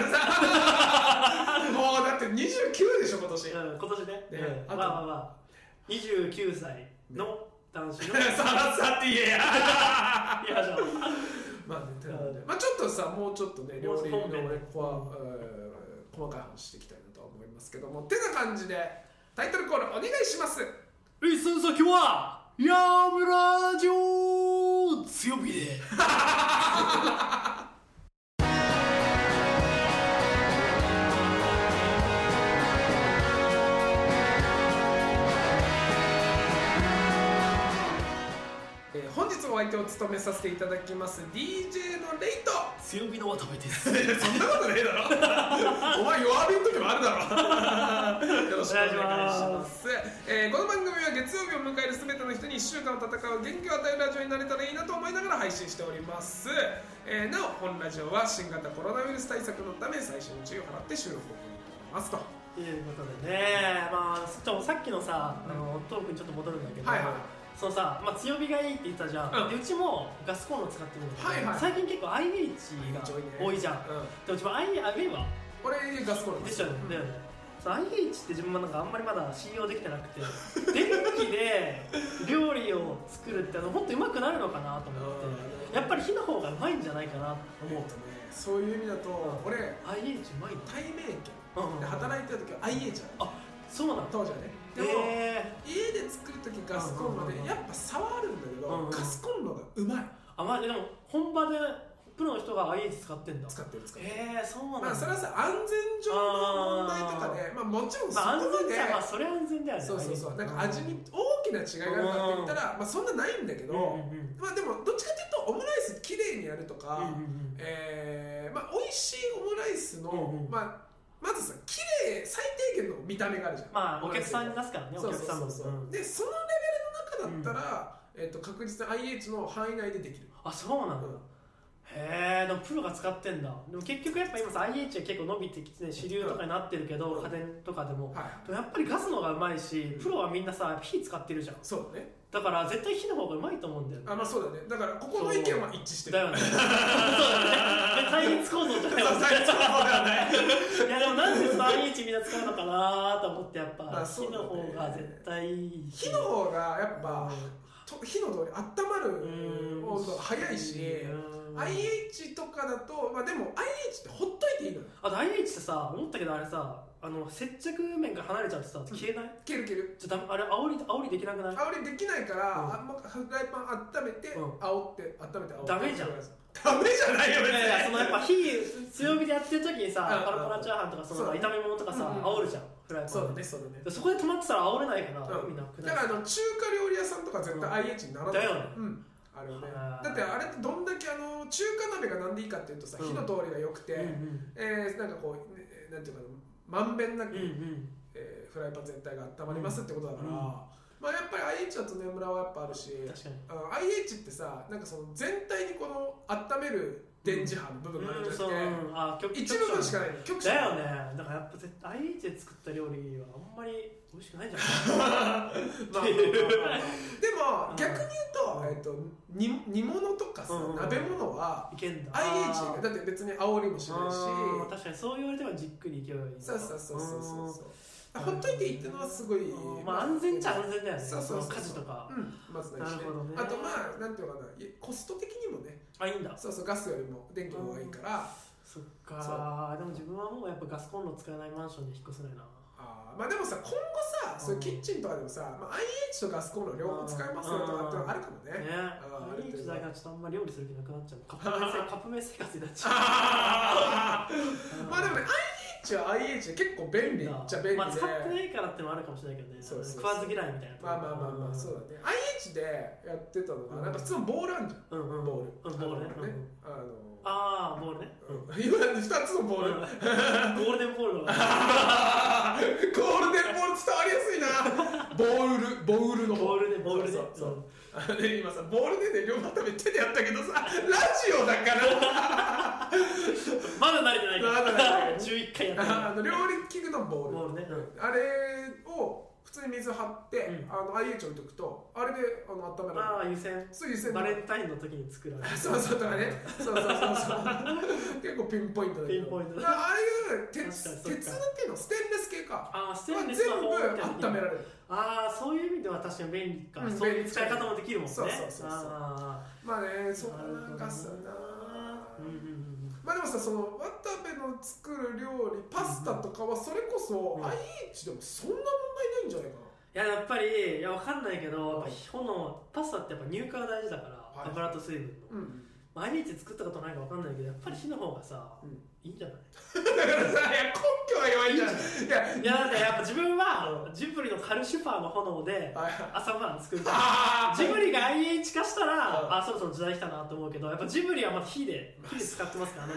Speaker 1: らさ [laughs] もうだって29でしょ今年
Speaker 2: ら、うん、今年ね
Speaker 1: ねあ
Speaker 2: うん
Speaker 1: と
Speaker 2: まあまあまあ29歳の男
Speaker 1: [laughs]
Speaker 2: 子の
Speaker 1: さらさって言えや
Speaker 2: いやじゃあ
Speaker 1: まあねということでまあちょっとさもうちょっとね料理の
Speaker 2: もう本編ね
Speaker 1: こわえー細かい話していきたいなとは思いますけどもてな感じでタイトルコールお願いします
Speaker 2: リスン先はやむラジオ [laughs] 強火で
Speaker 1: えー本日お相手を務めさせていただきます DJ のレイト
Speaker 2: 強火の渡部で
Speaker 1: [laughs] そ
Speaker 2: す
Speaker 1: んなことねえだろお前弱火の時もあるだろよろしくお願いしますえーこの番組は月曜日を迎える全ての人に1週間を戦う元気を与えるラジオになれたらいいなと思いながら配信しております、えーなお本ラジオは新型コロナウイルス対策のため最初に注意を払って収録を行っておりますと
Speaker 2: ということでねまあちょっとさっきのさあのトークにちょっと戻るんだけど、
Speaker 1: はいはい
Speaker 2: そのさ、まあ、強火がいいって言ったじゃん、
Speaker 1: うん
Speaker 2: でうちもガスコンロ使ってるんだけど、
Speaker 1: はいはい
Speaker 2: 最近結構 IH が多いじゃん、
Speaker 1: うん、
Speaker 2: でうちも IH あげは
Speaker 1: 俺ガスコンロ
Speaker 2: でしたよね、
Speaker 1: うん
Speaker 2: そう IH って自分もなんかあんまりまだ信用できてなくて [laughs] 電気で料理を作るってあのもっとうまくなるのかなと思って
Speaker 1: あー
Speaker 2: やっぱり火の方がうまいんじゃないかなと
Speaker 1: 思
Speaker 2: 思
Speaker 1: う
Speaker 2: う
Speaker 1: とねそういう意味だと俺
Speaker 2: IH うまい
Speaker 1: 対面圏
Speaker 2: の
Speaker 1: で働いてる時は IA じゃん
Speaker 2: あそうなんだ
Speaker 1: 当時はねでも、
Speaker 2: え
Speaker 1: 家で作る時ガスコンロ
Speaker 2: うんうんうんう
Speaker 1: で
Speaker 2: ん
Speaker 1: やっぱ差はあるんだけど、
Speaker 2: うんうん
Speaker 1: ガスコンロがうまい
Speaker 2: ー、あまあでも本場でプロの人が IH 使ってんだ
Speaker 1: 使ってる使ってる、
Speaker 2: えー、そうなんだ、
Speaker 1: まあそれはさ安全上の問題とかで、まあ、もちろんそこ
Speaker 2: まあ
Speaker 1: ま
Speaker 2: 安全
Speaker 1: で、
Speaker 2: じゃまあそれは安全だよね
Speaker 1: そうそうそう
Speaker 2: IH
Speaker 1: なんか味に大きな違いがあるかって言ったら、まあ、そんなないんだけ
Speaker 2: う
Speaker 1: ど、
Speaker 2: んうんうん
Speaker 1: まあでもどっちかっていうとオムライス綺麗にやるとか、
Speaker 2: うんうん
Speaker 1: えーまあ美味しいオムライスの、
Speaker 2: うんうん
Speaker 1: まあまずさ綺麗最低限の見た目があるじゃん
Speaker 2: まあお客さん
Speaker 1: に
Speaker 2: に出すからねお
Speaker 1: そうそ
Speaker 2: 客
Speaker 1: う
Speaker 2: さん
Speaker 1: そう
Speaker 2: も
Speaker 1: そう、
Speaker 2: うん
Speaker 1: でそのレベルの中だったら、えっと確実に IH の範囲内でできる
Speaker 2: あそうなんだ、
Speaker 1: うん
Speaker 2: へえでもプロが使ってんだでも結局やっぱ今さ IH は結構伸びてきて、ね、主流とかになってるけど、
Speaker 1: うん
Speaker 2: 家電とかでも、
Speaker 1: はい
Speaker 2: でもやっぱりガスの方がうまいしプロはみんなさ火使ってるじゃん
Speaker 1: そうだね
Speaker 2: だから絶対火の方がうまいと思うんだよね
Speaker 1: あまあそうだねだからここの意見は一致してる
Speaker 2: だよねそうだよね対立構造じ
Speaker 1: [laughs]
Speaker 2: ゃないもんね
Speaker 1: 最初の方ではない
Speaker 2: いやでもなんでその IH みんな使うのかなと思ってやっぱ、
Speaker 1: まあそう
Speaker 2: 火
Speaker 1: だ
Speaker 2: の
Speaker 1: ね
Speaker 2: 方が絶対いいし
Speaker 1: 火の方がやっぱ
Speaker 2: うん
Speaker 1: と火の通り温まる温度が早いし
Speaker 2: うん
Speaker 1: IH とかだとまあでも IH ってほっといていいのよ
Speaker 2: あと IH ってさ思ったけどあれさあの接着面から離れちゃうとさ消えない、
Speaker 1: けるける
Speaker 2: ちょっとダメあれ煽り煽りできな
Speaker 1: [laughs]
Speaker 2: くない
Speaker 1: 煽りできないから、
Speaker 2: うん
Speaker 1: あんまフライパン温めて、
Speaker 2: うん
Speaker 1: 煽って温めて煽って
Speaker 2: ダメじゃん
Speaker 1: ダメじゃないよ
Speaker 2: い
Speaker 1: 別に
Speaker 2: やいやそのやっぱ火強火でやってる時にさ
Speaker 1: うん
Speaker 2: パラパラチャーハンとかそ
Speaker 1: そう
Speaker 2: の
Speaker 1: だね
Speaker 2: 炒め物とかさ、
Speaker 1: うん
Speaker 2: 煽るじゃんフライパンで
Speaker 1: そうだねそうだね
Speaker 2: でそこで止まってたら煽れないから、
Speaker 1: うん
Speaker 2: 意味なく
Speaker 1: だ
Speaker 2: な
Speaker 1: か
Speaker 2: い
Speaker 1: らあの中華料理屋さんとか絶対 IH にならない
Speaker 2: だよね
Speaker 1: うんあれね
Speaker 2: あー
Speaker 1: だってあれってどんだけあの中華鍋がなんでいいかっていうとさ、
Speaker 2: うん
Speaker 1: 火の通りが良くて、
Speaker 2: うんうん
Speaker 1: えーなんかこうねなんていうかなまんべんなく、
Speaker 2: うんうん
Speaker 1: えーフライパン全体が温まりますってことだから、
Speaker 2: うん
Speaker 1: まあやっぱり IH だと眠らはやっぱあるし
Speaker 2: 確かに
Speaker 1: あの IH ってさなんかその全体にこの温める電磁波の部分があるんじゃなくて、
Speaker 2: うんそうあ極
Speaker 1: 一部分しか
Speaker 2: ない
Speaker 1: ない極
Speaker 2: [laughs] だ
Speaker 1: ない
Speaker 2: よねだからやっぱ絶対 IH で作った料理はあんまり美味しくないんじゃない
Speaker 1: [laughs] まあまあまあまあ
Speaker 2: っていう
Speaker 1: でも、
Speaker 2: うん
Speaker 1: 逆に言うと、えっと、に煮物とかさ、
Speaker 2: うん
Speaker 1: 鍋物はい
Speaker 2: けんだ
Speaker 1: IH だって別に煽りもしないし
Speaker 2: あー確かにそう言われてもじっくりいけばいいのか
Speaker 1: そうそうそうそうそううそうほっといていいってのはすごい
Speaker 2: んまあ安全っちゃ安全だよね
Speaker 1: そうそうそう
Speaker 2: の家事とか
Speaker 1: うんまずないしね
Speaker 2: なるほどね
Speaker 1: あとまあなんていうのかないコスト的にもね
Speaker 2: あいいんだ
Speaker 1: そうそうガスよりも電気の方がいいから
Speaker 2: そっかでも自分はもうやっぱガスコンロ使えないマンションで引っ越せないな
Speaker 1: あーまあでもさ今後さそういうキッチンとかでもさ、まあ、IH とガスコンロ両方使えますよとかってのはあるかもね
Speaker 2: ね
Speaker 1: ある程度
Speaker 2: IH だからちょっとあんま料理する気なくな
Speaker 1: [laughs]
Speaker 2: っちゃうカップ麺生カップ麺生活になっちゃう
Speaker 1: あ
Speaker 2: [laughs]
Speaker 1: ーまあでも
Speaker 2: ね
Speaker 1: ね IH は IH で結構便利っちゃ便利で、
Speaker 2: まあ、使ってないからってのもあるかもしれないけどね
Speaker 1: そうそうそう
Speaker 2: 食わず嫌いみたいな
Speaker 1: まあまあまあまあそうだね IH でやってたのがなんか普通のボールあんじゃん
Speaker 2: うんうん
Speaker 1: ボー
Speaker 2: う
Speaker 1: ル
Speaker 2: んボールね
Speaker 1: あのねあの
Speaker 2: ああボールね
Speaker 1: うん今2つのボール [laughs] ゴ
Speaker 2: うんゴールデンボールの
Speaker 1: ールデンボール伝わりやすいなボールボー [laughs] ルの方
Speaker 2: ボールでボール
Speaker 1: そ
Speaker 2: で
Speaker 1: うそうそうあのね今さボールでね両方め手でやったけどさラジオだ
Speaker 2: [laughs]
Speaker 1: から
Speaker 2: まだ慣れてないか
Speaker 1: まだ慣れ
Speaker 2: [laughs] ら
Speaker 1: て
Speaker 2: 11回やって
Speaker 1: あ
Speaker 2: な
Speaker 1: の料理器具のボール
Speaker 2: ボールねうん
Speaker 1: あれを普通に水張って、
Speaker 2: うん
Speaker 1: あの IH 置いとくとあれであの温められる
Speaker 2: まあ湯煎
Speaker 1: すぐせ
Speaker 2: バレンタインの時に作られる
Speaker 1: そうそうとかねそうそ
Speaker 2: [laughs]
Speaker 1: うそうそう結構ピンポイントだけど
Speaker 2: ピンポイント
Speaker 1: だからああいう鉄
Speaker 2: 確
Speaker 1: 鉄
Speaker 2: かにそっか
Speaker 1: っていうのステンレス系か
Speaker 2: ああステ
Speaker 1: は
Speaker 2: ンレ
Speaker 1: 全
Speaker 2: スはホームみたい
Speaker 1: 部温められ
Speaker 2: な
Speaker 1: る
Speaker 2: ああそういう意味では確かに便利か
Speaker 1: うん
Speaker 2: そういう使い方もできるもんね
Speaker 1: そうそうそうそう
Speaker 2: あ
Speaker 1: まあね
Speaker 2: あ
Speaker 1: そうなんかさな
Speaker 2: うんうんうん
Speaker 1: まあでもさその渡部の作る料理パスタとかはそれこそ
Speaker 2: うん
Speaker 1: IH でもそんな問題ないんじゃないか
Speaker 2: いややっぱりいやわかんないけどやっぱ炎パスタってやっぱ乳化が大事だか
Speaker 1: はい
Speaker 2: ら油と水分の
Speaker 1: なう
Speaker 2: [laughs]
Speaker 1: ん
Speaker 2: 毎日作ったことないかわかんないけどやっぱり火の方がさ、
Speaker 1: うん
Speaker 2: いいんじゃ [laughs] ない
Speaker 1: だからさいや根拠は弱いんじゃないいや
Speaker 2: いやだってやっぱ自分はジブリのカルシファーの炎で
Speaker 1: はい
Speaker 2: 朝ごはん作る
Speaker 1: あ
Speaker 2: ジブリが IH 化したら、
Speaker 1: うん
Speaker 2: あそろそろ時代来たなと思うけどやっぱジブリはまあ火で火で使ってますからね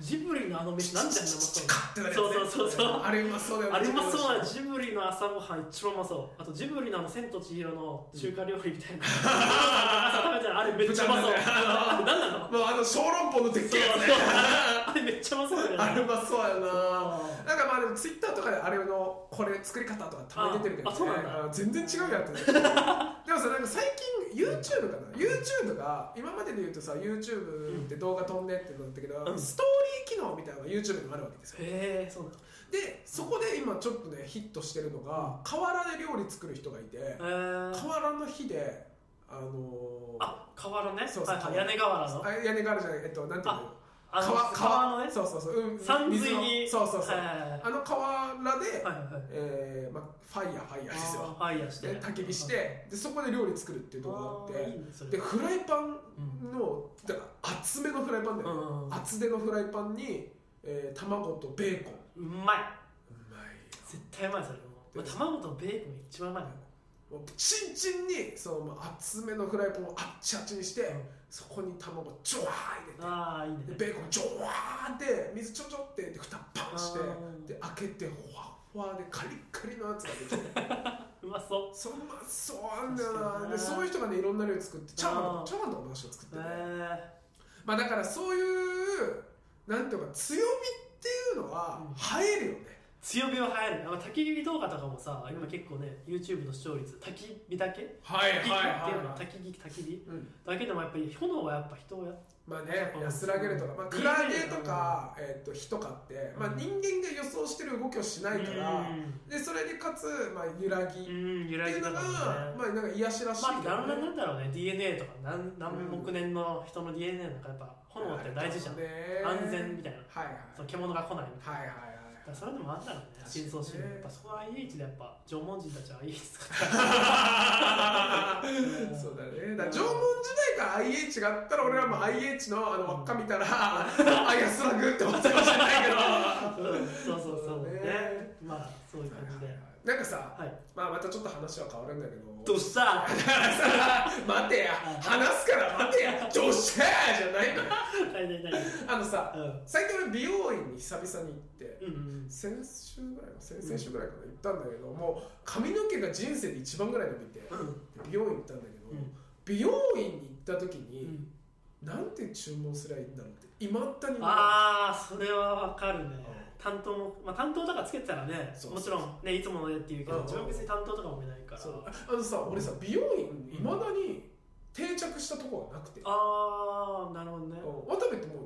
Speaker 2: ジブリのあの飯なんてあんなうまそうな
Speaker 1: ってなるやつね
Speaker 2: そうそうそうそう
Speaker 1: あれうまそうだよね
Speaker 2: あれうまそうなジブリの朝ごはん一番うまそうあとジブリのあの「千と千尋」の中華料理み
Speaker 1: [laughs]
Speaker 2: たいな、朝食べたらあれめっちゃうまそう
Speaker 1: 豚
Speaker 2: あれ何なの
Speaker 1: もうあの小籠包のでっけえやつね
Speaker 2: そうそうあれめっちゃうまそうだよね
Speaker 1: あれうまそうやな
Speaker 2: あー
Speaker 1: なんかまあでもツイッターとかであれのこれ作り方とかたまに出てるけど、
Speaker 2: ああそうなんだ
Speaker 1: あ全然違うやつでもさなんか最近 YouTube かな YouTube が今までで言うとさ YouTube って動画飛んでってのだったけど、
Speaker 2: うん
Speaker 1: ストーリー機能みたいなのが YouTube にもあるわけですよ
Speaker 2: へえそうなんだ
Speaker 1: でそこで今ちょっとねヒットしてるのが河原で料理作る人がいて
Speaker 2: へー
Speaker 1: 河原の火であのー、
Speaker 2: あ瓦ね
Speaker 1: そうそう
Speaker 2: はいはい、屋根瓦の
Speaker 1: あ屋根があるじゃないえっとなんていうの
Speaker 2: あの
Speaker 1: 川
Speaker 2: 川のね
Speaker 1: そうそうそう、うん、
Speaker 2: 山水
Speaker 1: 水
Speaker 2: に
Speaker 1: のそうそうそう、
Speaker 2: はいはいはい
Speaker 1: あの河原で、
Speaker 2: はいはいはい
Speaker 1: えーまあ、ファイヤーファイヤーですよ
Speaker 2: あーファイヤーして
Speaker 1: で焚き火してでそこで料理作るっていうところがあ
Speaker 2: あ
Speaker 1: っ
Speaker 2: ーい
Speaker 1: て
Speaker 2: いねそれ
Speaker 1: でフライパンのだから厚めのフライパンだよ、ね
Speaker 2: うんうんうん
Speaker 1: 厚手のフライパンに、えー卵とベーコンう
Speaker 2: うまい
Speaker 1: ま
Speaker 2: 絶対うまいそれもう、まあ、卵とベーコン一番うまいよ
Speaker 1: いよもうチンチンにそのまあ厚めのフライパンをあっちあっちにして、
Speaker 2: うん
Speaker 1: そこに卵ジョワー入れて
Speaker 2: ああいいね
Speaker 1: でベーコンちょわーって水ちょちょってで蓋パンして
Speaker 2: あー
Speaker 1: で開けてほわほわでカリッカリのやつができて
Speaker 2: うまそう
Speaker 1: そんなそうあんだよ
Speaker 2: 確か
Speaker 1: な
Speaker 2: に
Speaker 1: で
Speaker 2: な
Speaker 1: そういう人がねいろんな料理作ってチャーハン
Speaker 2: あー
Speaker 1: とかチャーハンとかも私は作って
Speaker 2: え
Speaker 1: て、
Speaker 2: ー
Speaker 1: まあだからそういうなんていうか強みっていうのは映えるよね、
Speaker 2: 強火は流行るあ焚き火動画とかもさ今結構ね YouTube の視聴率焚き火だけ
Speaker 1: はい
Speaker 2: 焚き火
Speaker 1: はい
Speaker 2: っていうの
Speaker 1: は
Speaker 2: 焚き火焚き火
Speaker 1: い、うん、
Speaker 2: だけでもやっぱり炎はやっぱ人をやっ
Speaker 1: まあね安らげるとか、まあ、クラゲとか、えっと火とかって、まあ、人間が予想してる動きをしないから、でそれにかつ、まあ、揺らぎ
Speaker 2: う
Speaker 1: っ
Speaker 2: ん揺
Speaker 1: て
Speaker 2: ら
Speaker 1: い
Speaker 2: ぎ
Speaker 1: う
Speaker 2: だ
Speaker 1: のが、
Speaker 2: からね
Speaker 1: まあなんか癒しらしい
Speaker 2: まあ、
Speaker 1: けど
Speaker 2: だんだんなんだろうね DNA とか何何億年の人の DNA なんかやっぱ炎って大事じゃん、
Speaker 1: ね
Speaker 2: 安全みたいな
Speaker 1: はいはい
Speaker 2: その獣が来ないみたいな、
Speaker 1: はいはい
Speaker 2: だからそれでもあんだろうね
Speaker 1: 確かにね
Speaker 2: 真相心理やっぱそこは IH でやっぱ縄文人たちは IH 使っ
Speaker 1: はいそうだねだから縄文時代から IH があったら俺はもう IH のあの輪っか見たらあ安らぐって思っちゃうかもしれない
Speaker 2: [laughs]
Speaker 1: けど
Speaker 2: たうんそうそうそう
Speaker 1: そうだ
Speaker 2: ね
Speaker 1: ね
Speaker 2: まあそういう感じで
Speaker 1: なんかさ、
Speaker 2: はい
Speaker 1: まあ、またちょっと話は変わるんだけど [laughs]
Speaker 2: どうした
Speaker 1: 待てや話すから待てやどうしたじゃないのよ
Speaker 2: 何何何
Speaker 1: あのさ
Speaker 2: うん
Speaker 1: 最近俺美容院に久々に行って
Speaker 2: うんうん
Speaker 1: 先週ぐらいか先々週ぐらいかな行ったんだけどもう髪の毛が人生で一番ぐらい伸びて
Speaker 2: うん
Speaker 1: 美容院行ったんだけど、
Speaker 2: うん
Speaker 1: 美容院に行った時
Speaker 2: う
Speaker 1: に、
Speaker 2: ん
Speaker 1: なんて注文すりゃいいんだろうって今ったに思う
Speaker 2: ああそれはわかるね担当も、まあ、担当とかつけてたらね
Speaker 1: そう
Speaker 2: もちろんねいつものねって言うけど
Speaker 1: うん
Speaker 2: 自分別に担当とかもいないから
Speaker 1: そうあのさ俺さ美容院いまだに定着したとこがなくて、うん、
Speaker 2: ああなるほどね
Speaker 1: 渡部ってもう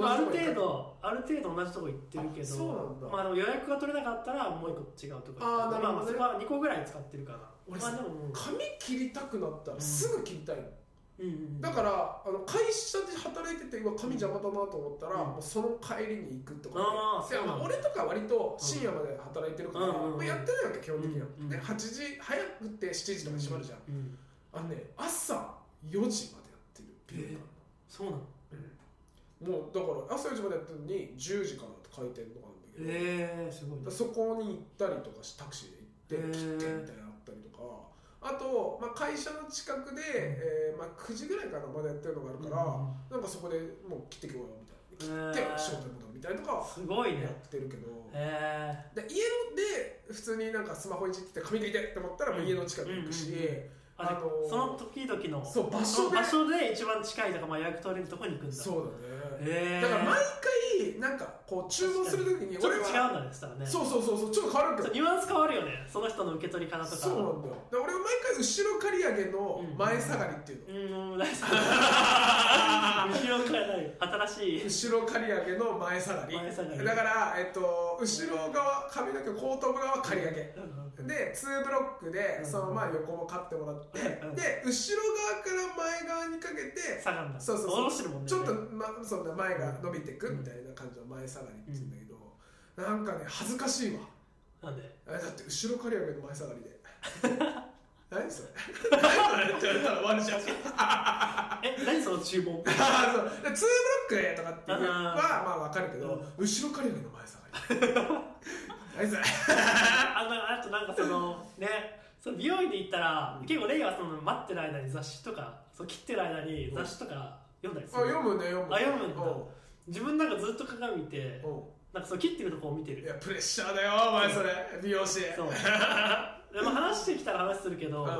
Speaker 2: まあ、ある
Speaker 1: 同じとこ行
Speaker 2: 程
Speaker 1: った
Speaker 2: 度ある程度同じとこ行ってるけ
Speaker 1: あ
Speaker 2: ど
Speaker 1: そうなんだ
Speaker 2: まあ、あの予約が取れなかったらもう一個違うとこ行
Speaker 1: あー
Speaker 2: って
Speaker 1: なるほどね
Speaker 2: まあ、そこは2個ぐらい使ってるから
Speaker 1: 俺
Speaker 2: ま
Speaker 1: さ
Speaker 2: あでももう
Speaker 1: 髪切りたくなったらすぐ切りたいの、
Speaker 2: うんうん
Speaker 1: だからあの会社で働いててうわ髪邪魔だなと思ったら、
Speaker 2: うん
Speaker 1: もうその帰りに行くとか、
Speaker 2: ああ
Speaker 1: いや
Speaker 2: そうなんだ
Speaker 1: 俺とか割と深夜まで働いてるから、
Speaker 2: うんうんうん
Speaker 1: まあやってないわけ基本的には、
Speaker 2: うんうん
Speaker 1: ね、8時早くて7時とかに閉まるじゃん、
Speaker 2: うん、うん
Speaker 1: あのね朝4時までやってる美容館
Speaker 2: そうなの
Speaker 1: もうだから朝4時までやってるのに10時からって開店とかなんだけど、だか
Speaker 2: えー、すごいね
Speaker 1: らそこに行ったりとかしタクシーで行って
Speaker 2: へ
Speaker 1: 切っ
Speaker 2: ー
Speaker 1: てみたいなのあったりとかあと、まあ、会社の近くで、えーまあ、9時ぐらいからまだやってるのがあるから、
Speaker 2: うんうん
Speaker 1: なんかそこでもう切ってきようよみたいな
Speaker 2: へ
Speaker 1: 切って仕
Speaker 2: ー
Speaker 1: 事に戻るみたいなとか
Speaker 2: すごい
Speaker 1: や
Speaker 2: ね
Speaker 1: ってるけど、
Speaker 2: え
Speaker 1: で家ので普通になんかスマホいじってて髪切りたいって思ったらもう家の近くに行くし、
Speaker 2: うんうんうんー、あ
Speaker 1: あ
Speaker 2: じゃあ
Speaker 1: のー
Speaker 2: その時々の
Speaker 1: そう場所
Speaker 2: その
Speaker 1: で
Speaker 2: 場所で一番近いとか、まあ、予約取れるとこに行くんだ
Speaker 1: そうだね、
Speaker 2: えー、
Speaker 1: だから毎回なんかこう注文するときに
Speaker 2: ちょっ
Speaker 1: 俺
Speaker 2: と違うん
Speaker 1: は
Speaker 2: だねそしたらね
Speaker 1: そうそうそうそうちょっと変わるけ
Speaker 2: ち
Speaker 1: ど
Speaker 2: ょっとニュアンス変わるよねその人の受け取り方とか
Speaker 1: そうなんだよだから俺は毎回後ろ刈り上げの前下がりっていうの、
Speaker 2: うーん、大好き。
Speaker 1: [laughs]
Speaker 2: 後ろからない。新しい。
Speaker 1: 後ろ刈り上げの前下がり
Speaker 2: 前下がり
Speaker 1: だから、えっと、後ろ側髪の毛後頭部側刈り上げで2ブロックで
Speaker 2: うん
Speaker 1: そのまあ横も刈ってもらって
Speaker 2: うん
Speaker 1: で後ろ側から前側にかけて
Speaker 2: 下がるんだ。
Speaker 1: そうそうそう
Speaker 2: 下ろしてるもんね。
Speaker 1: ちょっと、ま、そんな前が伸びてくみたいな感じの前下がりって言うんだけどなんかね恥ずかしいわ
Speaker 2: なんで。
Speaker 1: あだって後ろ刈り上げの前下が
Speaker 2: [laughs]
Speaker 1: りで何それ何それって言われたら終わるじゃん
Speaker 2: え、何その注文。
Speaker 1: [laughs] あーそうで2ブロックとかっていうのは
Speaker 2: あ
Speaker 1: まあわかるけど、
Speaker 2: うん
Speaker 1: 後ろ刈り上げの前下
Speaker 2: [laughs]
Speaker 1: がり何それ
Speaker 2: あの、あとなんかその、ね。その美容院で行ったら、結構レイはその待ってる間に雑誌とか、そう切ってる間に雑誌とか読んだり
Speaker 1: あ
Speaker 2: する。
Speaker 1: 読むね読む
Speaker 2: あ読むんだ
Speaker 1: おう
Speaker 2: 自分なんかずっと鏡見て、
Speaker 1: お
Speaker 2: なんかそう切ってるとこを見て
Speaker 1: うい
Speaker 2: る。
Speaker 1: やプレッシャーだよお前それ美容師 [laughs]
Speaker 2: そう。でも話してきたら話するけど、
Speaker 1: うん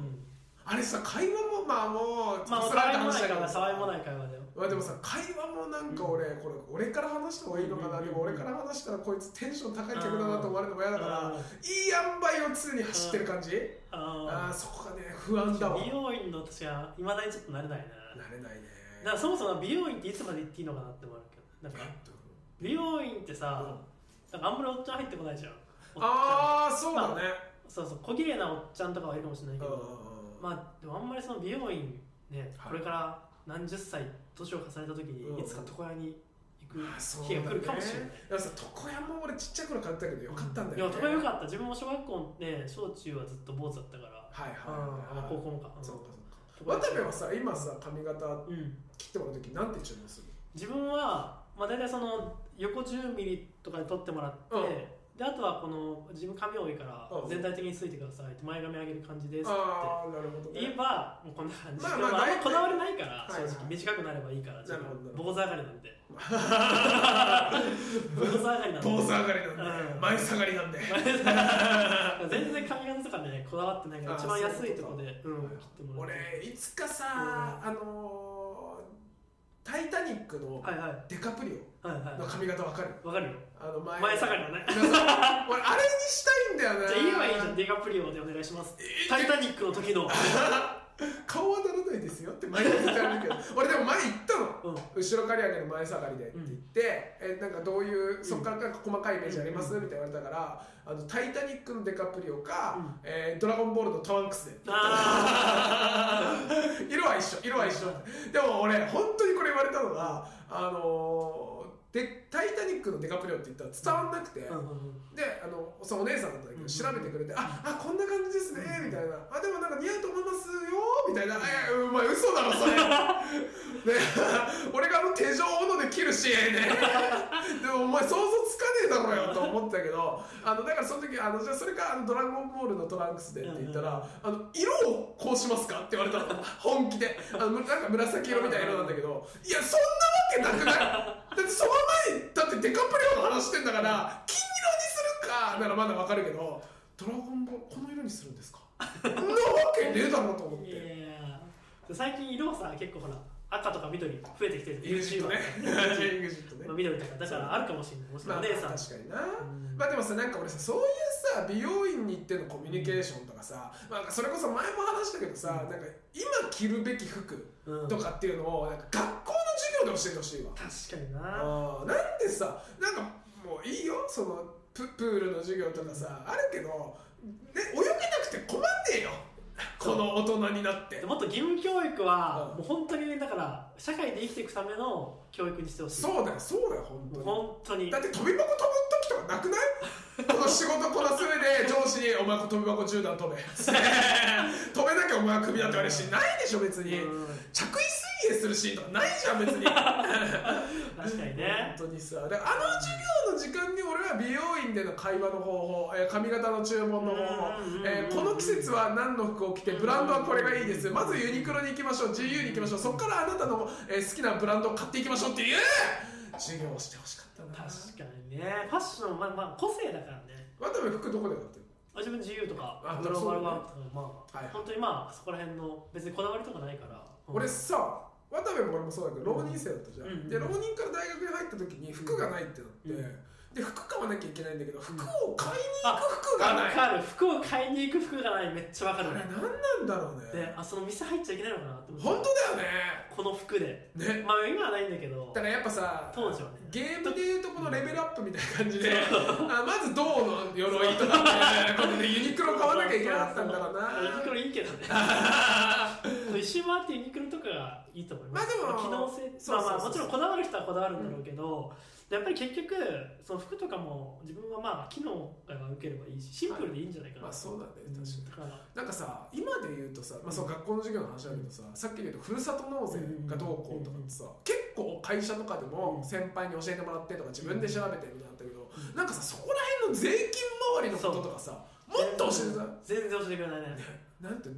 Speaker 2: うん
Speaker 1: あれさ会話もまあもう
Speaker 2: まあ、
Speaker 1: さ
Speaker 2: た
Speaker 1: らっと
Speaker 2: わいも
Speaker 1: 話し
Speaker 2: ない
Speaker 1: たけ
Speaker 2: か
Speaker 1: ど
Speaker 2: ら、
Speaker 1: さ
Speaker 2: たわいもない会話だよ。
Speaker 1: まあでもさ会話もなんか俺、これ俺から話した方がいいのかな、
Speaker 2: うん
Speaker 1: でも俺から話したらこいつテンション高い客だなと思われるのも嫌だから、
Speaker 2: うん
Speaker 1: いい塩梅を常に走ってる感じ、ああ
Speaker 2: あ
Speaker 1: そこがね不安だわ
Speaker 2: ー美
Speaker 1: 慣
Speaker 2: 容院の私は、いまだにちょっと慣れないな。
Speaker 1: れないね
Speaker 2: だからそもそも美容院っていつまで行っていいのかなって思うけどなんか美容院ってさ、なんかあんまりおっちゃん入ってこないじゃんおっちゃん
Speaker 1: ああそうだね、
Speaker 2: そうそう小綺麗なおっちゃんとかはいるかもしれないけ
Speaker 1: うん
Speaker 2: どまあでもあんまりその美容院ね
Speaker 1: はい
Speaker 2: これから何十歳年を重ねた時
Speaker 1: うん
Speaker 2: にいつか床屋に行
Speaker 1: あーそう
Speaker 2: く
Speaker 1: だ
Speaker 2: 日
Speaker 1: ね
Speaker 2: が来るかもしれない
Speaker 1: だからさ床屋も俺ちっちゃい頃買ったけどよかったんだ
Speaker 2: い
Speaker 1: よ、
Speaker 2: や
Speaker 1: ね
Speaker 2: 床屋よかった自分も小学校ね小中はずっと坊主だったから
Speaker 1: はいはい
Speaker 2: うんまあ
Speaker 1: はい、
Speaker 2: 高校もかうん
Speaker 1: そうかそうか渡部はさ今さ髪型
Speaker 2: うん
Speaker 1: 切ってもらう時なんて注文する
Speaker 2: 自分は、まあ、大体その横1 0ミリとかで取ってもらって、
Speaker 1: うん
Speaker 2: であとはこの自分髪多いから
Speaker 1: うん
Speaker 2: 全体的についてくださいって前髪上げる感じですって
Speaker 1: ああなるほどね
Speaker 2: 言えばもうこんな感じ、
Speaker 1: まあ
Speaker 2: でも
Speaker 1: まあ
Speaker 2: あんま
Speaker 1: 大体
Speaker 2: こだわりないから
Speaker 1: はい
Speaker 2: 正
Speaker 1: はい
Speaker 2: 直、短くなればいいから自
Speaker 1: なるほどな
Speaker 2: 分
Speaker 1: るほ
Speaker 2: 坊主上がりなん
Speaker 1: [laughs]
Speaker 2: で坊主上がりなんで
Speaker 1: 坊主上がりなんで、
Speaker 2: うん
Speaker 1: 前下がりなんで
Speaker 2: 全然髪型とかねこだわってないから
Speaker 1: あ
Speaker 2: 一番安いとこで
Speaker 1: そういううこ
Speaker 2: ん
Speaker 1: と
Speaker 2: 切ってもらって
Speaker 1: 俺いつかさ、あのー「タイタニック」の
Speaker 2: はいはい
Speaker 1: デカプリ
Speaker 2: はい
Speaker 1: オの
Speaker 2: は
Speaker 1: 髪型わかる
Speaker 2: いわかるよ
Speaker 1: あの前
Speaker 2: 前
Speaker 1: [laughs]
Speaker 2: 下がりのね
Speaker 1: そう俺あれにしたいんだよね
Speaker 2: じゃあ言えばいいじゃんデカプリオでお願いします「タイタニック」
Speaker 1: [laughs]
Speaker 2: の時の、
Speaker 1: 顔はならないですよって前に言ってあるけど俺でも前行ったの
Speaker 2: うん、
Speaker 1: 後ろ刈り上げの前下がりでって言って、えなんかどういうそこからなんか細かいイメージあります、
Speaker 2: うん
Speaker 1: みたいな言われたから「あのタイタニック」のデカプリオか、えードラゴンボール」のトワンクスで」
Speaker 2: あ
Speaker 1: [laughs] 色は一緒色は一緒でも俺本当にこれ言われたのが「あのーでタイタニック」のデカプリオって言ったら伝わんなくて、
Speaker 2: ーうんうんうん
Speaker 1: であのそのお姉さんだったんだけ
Speaker 2: う
Speaker 1: ど
Speaker 2: ん
Speaker 1: 調べてくれて「ああこんな感じですね」
Speaker 2: うん
Speaker 1: みたいな「あでもなんか似合うと思いますよ」みたいな「えお前嘘だろ
Speaker 2: [laughs]
Speaker 1: それ」ね [laughs] 俺があの手錠を斧で切るシーンね [laughs] でもお前想像つかねえだろうよと思ったけどあのだからその時あのじゃあそれかあの「ドラゴンボールのトランクスで」って言ったら「あの色をこうしますか?」って言われたの本気であのむなんか紫色みたいな色なんだけどいやそんなわけなくないだってその前だってデカプリオの話してんだから金色にするかならまだわかるけど「ドラゴンボールこの色にするんですか?」そんなわけねえだろと思っ
Speaker 2: いや
Speaker 1: て。
Speaker 2: いやいや最近色さ結構ほら赤とか緑増えてきてる
Speaker 1: イグジ [laughs] ットね
Speaker 2: YouTuber
Speaker 1: イグジットね
Speaker 2: まあ、緑とかだからあるかもしれないもしか
Speaker 1: まあ、
Speaker 2: したらお姉さん
Speaker 1: 確かにな、
Speaker 2: うん
Speaker 1: まあでもさなんか俺さそういうさ美容院に行ってのコミュニケーションとかさ、まあ、なんかそれこそ前も話したけどさ、
Speaker 2: うん
Speaker 1: なんか今着るべき服
Speaker 2: うん
Speaker 1: とかっていうのをなんか学校の授業で教えてほしいわ、
Speaker 2: 確かにな
Speaker 1: あーなんでさなんかもういいよそのププールの授業とかさあるけど、ね、泳げなくて困んねえよこ
Speaker 2: そう
Speaker 1: の大人になって
Speaker 2: でもっと義務教育は
Speaker 1: うん
Speaker 2: もう本当にだから社会で生きていくための教育にしてほしい
Speaker 1: そうだよそうだよ本当に
Speaker 2: 本当に
Speaker 1: だって飛び箱飛ぶ時とかなくないこの仕事こなす上で上司に「お前飛び箱10段飛べ」 [laughs] 飛べなきゃお前はクビだって言われるしないでしょ別に
Speaker 2: うん
Speaker 1: 着衣水泳するシーンとかないじゃん別
Speaker 2: [laughs]
Speaker 1: に本
Speaker 2: 確かにね
Speaker 1: 当にさであの授業の時間に俺は美容院での会話の方法、えー髪型の注文の方法
Speaker 2: うんうんうんうん、
Speaker 1: えーこの季節は何の服を着てブランドはこれがいいですまずユニクロに行きましょう GU に行きましょうそこからあなたの、えー好きなブランドを買っていきましょうっていう授業をしてほしかったな
Speaker 2: 確かにねファッションまあまあ個性だからね
Speaker 1: 渡部服どこで買ってる
Speaker 2: あ自分自由とか
Speaker 1: あ
Speaker 2: グローバルワークとか
Speaker 1: はい
Speaker 2: まあ本当にまあそこら辺の別にこだわりとかないからうん
Speaker 1: 俺さ渡部も俺もそうだけど浪人生だったじゃん、
Speaker 2: うん
Speaker 1: で浪人から大学に入った時に服がないってなって、
Speaker 2: うん
Speaker 1: で服買わなきゃいけないんだけど
Speaker 2: ん
Speaker 1: 服を買いに行く服が
Speaker 2: わ
Speaker 1: ない、あ
Speaker 2: かる服を買いに行く服がないめっちゃわか
Speaker 1: れ
Speaker 2: る
Speaker 1: 何なんだろう
Speaker 2: で
Speaker 1: ね
Speaker 2: あその店入っちゃいけないのかなって思って
Speaker 1: 本当だよ
Speaker 2: この服で
Speaker 1: ねね
Speaker 2: まあ今はないんだけど
Speaker 1: だからやっぱさ
Speaker 2: 当時はね
Speaker 1: ゲームでいうとこのレベルアップみたいな感じであまず銅の鎧とかねこれでユニクロ買わなきゃいけなかったんだろうな
Speaker 2: ユニクロいいけどね
Speaker 1: [laughs]
Speaker 2: 一周回ってユニクロとかがいいと思います、
Speaker 1: まあでも
Speaker 2: 機能性
Speaker 1: そうそうそう
Speaker 2: まあまあもちろんこだわる人はこだわるんだろうけど、やっぱり結局その服とかも自分はまあ機能が良ければいいしシンプルでいいんじゃないかな、
Speaker 1: まあそうだね
Speaker 2: うん
Speaker 1: 確かに
Speaker 2: だか
Speaker 1: な
Speaker 2: ら
Speaker 1: んかさ今で言うとさ、まあ、その学校の授業の話だけどさ、さっきで言うとふるさと納税がどうこうとかってさ、結構会社とかでも
Speaker 2: うん
Speaker 1: 先輩に教えてもらってとか自分で調べてみたいなのあったけど、なんかさそこら辺の税金周りのこととかさもっと教えてた
Speaker 2: 全然教えてくれないね
Speaker 1: なんて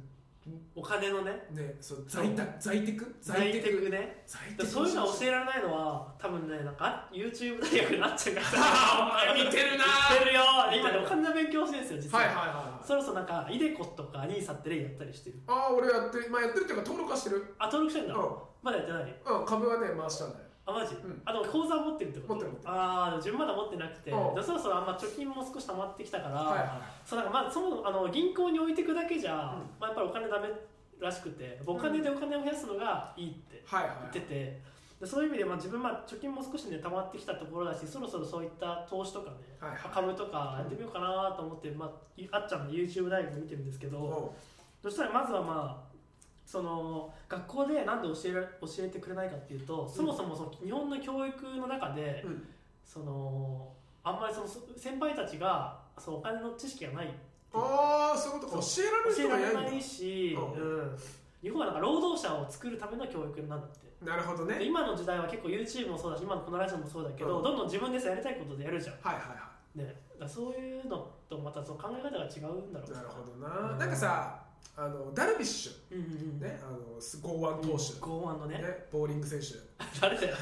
Speaker 2: お金のね
Speaker 1: ねそう在宅在宅
Speaker 2: 在
Speaker 1: 在宅
Speaker 2: 宅ね
Speaker 1: 在
Speaker 2: だからそういうのは教えられないのは多分ねなんかあ YouTube 大学になっちゃうか
Speaker 1: あー [laughs]
Speaker 2: ら
Speaker 1: お前見てるな
Speaker 2: [laughs] 見てるよ今でお金の勉強してるんですよ実
Speaker 1: はい
Speaker 2: は、
Speaker 1: はいはいはい
Speaker 2: そろそろなんかイデコとか NISA って例やったりしてる
Speaker 1: ああ俺やってるまあやってるっていうか登録はしてる
Speaker 2: あ登録してん
Speaker 1: う
Speaker 2: だ、
Speaker 1: ん、
Speaker 2: まだやってない
Speaker 1: うん、株はね回したんだよ
Speaker 2: あマジ、
Speaker 1: ん
Speaker 2: あでも口座持ってるってこと
Speaker 1: 持ってる持ってる
Speaker 2: ああ自分まだ持ってなくて、
Speaker 1: うん
Speaker 2: でそろそろあんま貯金も少し溜まってきたから、
Speaker 1: はいはい
Speaker 2: そうなんかまあそのあの銀行に置いていくだけじゃ、
Speaker 1: うん
Speaker 2: まあ、やっぱりお金ダメらしくてお金でお金を増やすのがいいって
Speaker 1: はいはい
Speaker 2: 言ってて、でそういう意味で、まあ、自分まあ貯金も少しね溜まってきたところだしそろそろそういった投資とかね、
Speaker 1: はいはい
Speaker 2: 株とかやってみようかなと思って、まあい、あっちゃんの YouTube ライブ見てるんですけど、
Speaker 1: うん
Speaker 2: そしたらまずはまあその学校でなんで教えら教えてくれないかっていうとそもそもその日本の教育の中で、
Speaker 1: うん
Speaker 2: そのあんまりそのそ先輩たちがそのお金の知識がない
Speaker 1: ああそういうことか教えられる
Speaker 2: 教え
Speaker 1: 人が
Speaker 2: ら
Speaker 1: いない
Speaker 2: れ
Speaker 1: んだ
Speaker 2: ないし、
Speaker 1: う
Speaker 2: うん日本はなんか労働者を作るための教育なんだって。
Speaker 1: なるほどね
Speaker 2: で今の時代は結構 YouTube もそうだし今のこのラジオもそうだけど、
Speaker 1: うん
Speaker 2: どんどん自分でさやりたいことでやるじゃん、
Speaker 1: はいはいは
Speaker 2: ね、だからそういうのとまたその考え方が違うんだろ
Speaker 1: いうなるほど
Speaker 2: う
Speaker 1: なんなんかさあのダルビッシ
Speaker 2: うんうんうん
Speaker 1: ュねあのす剛腕投手
Speaker 2: 剛腕のね
Speaker 1: ねボーリング選手
Speaker 2: 誰だよ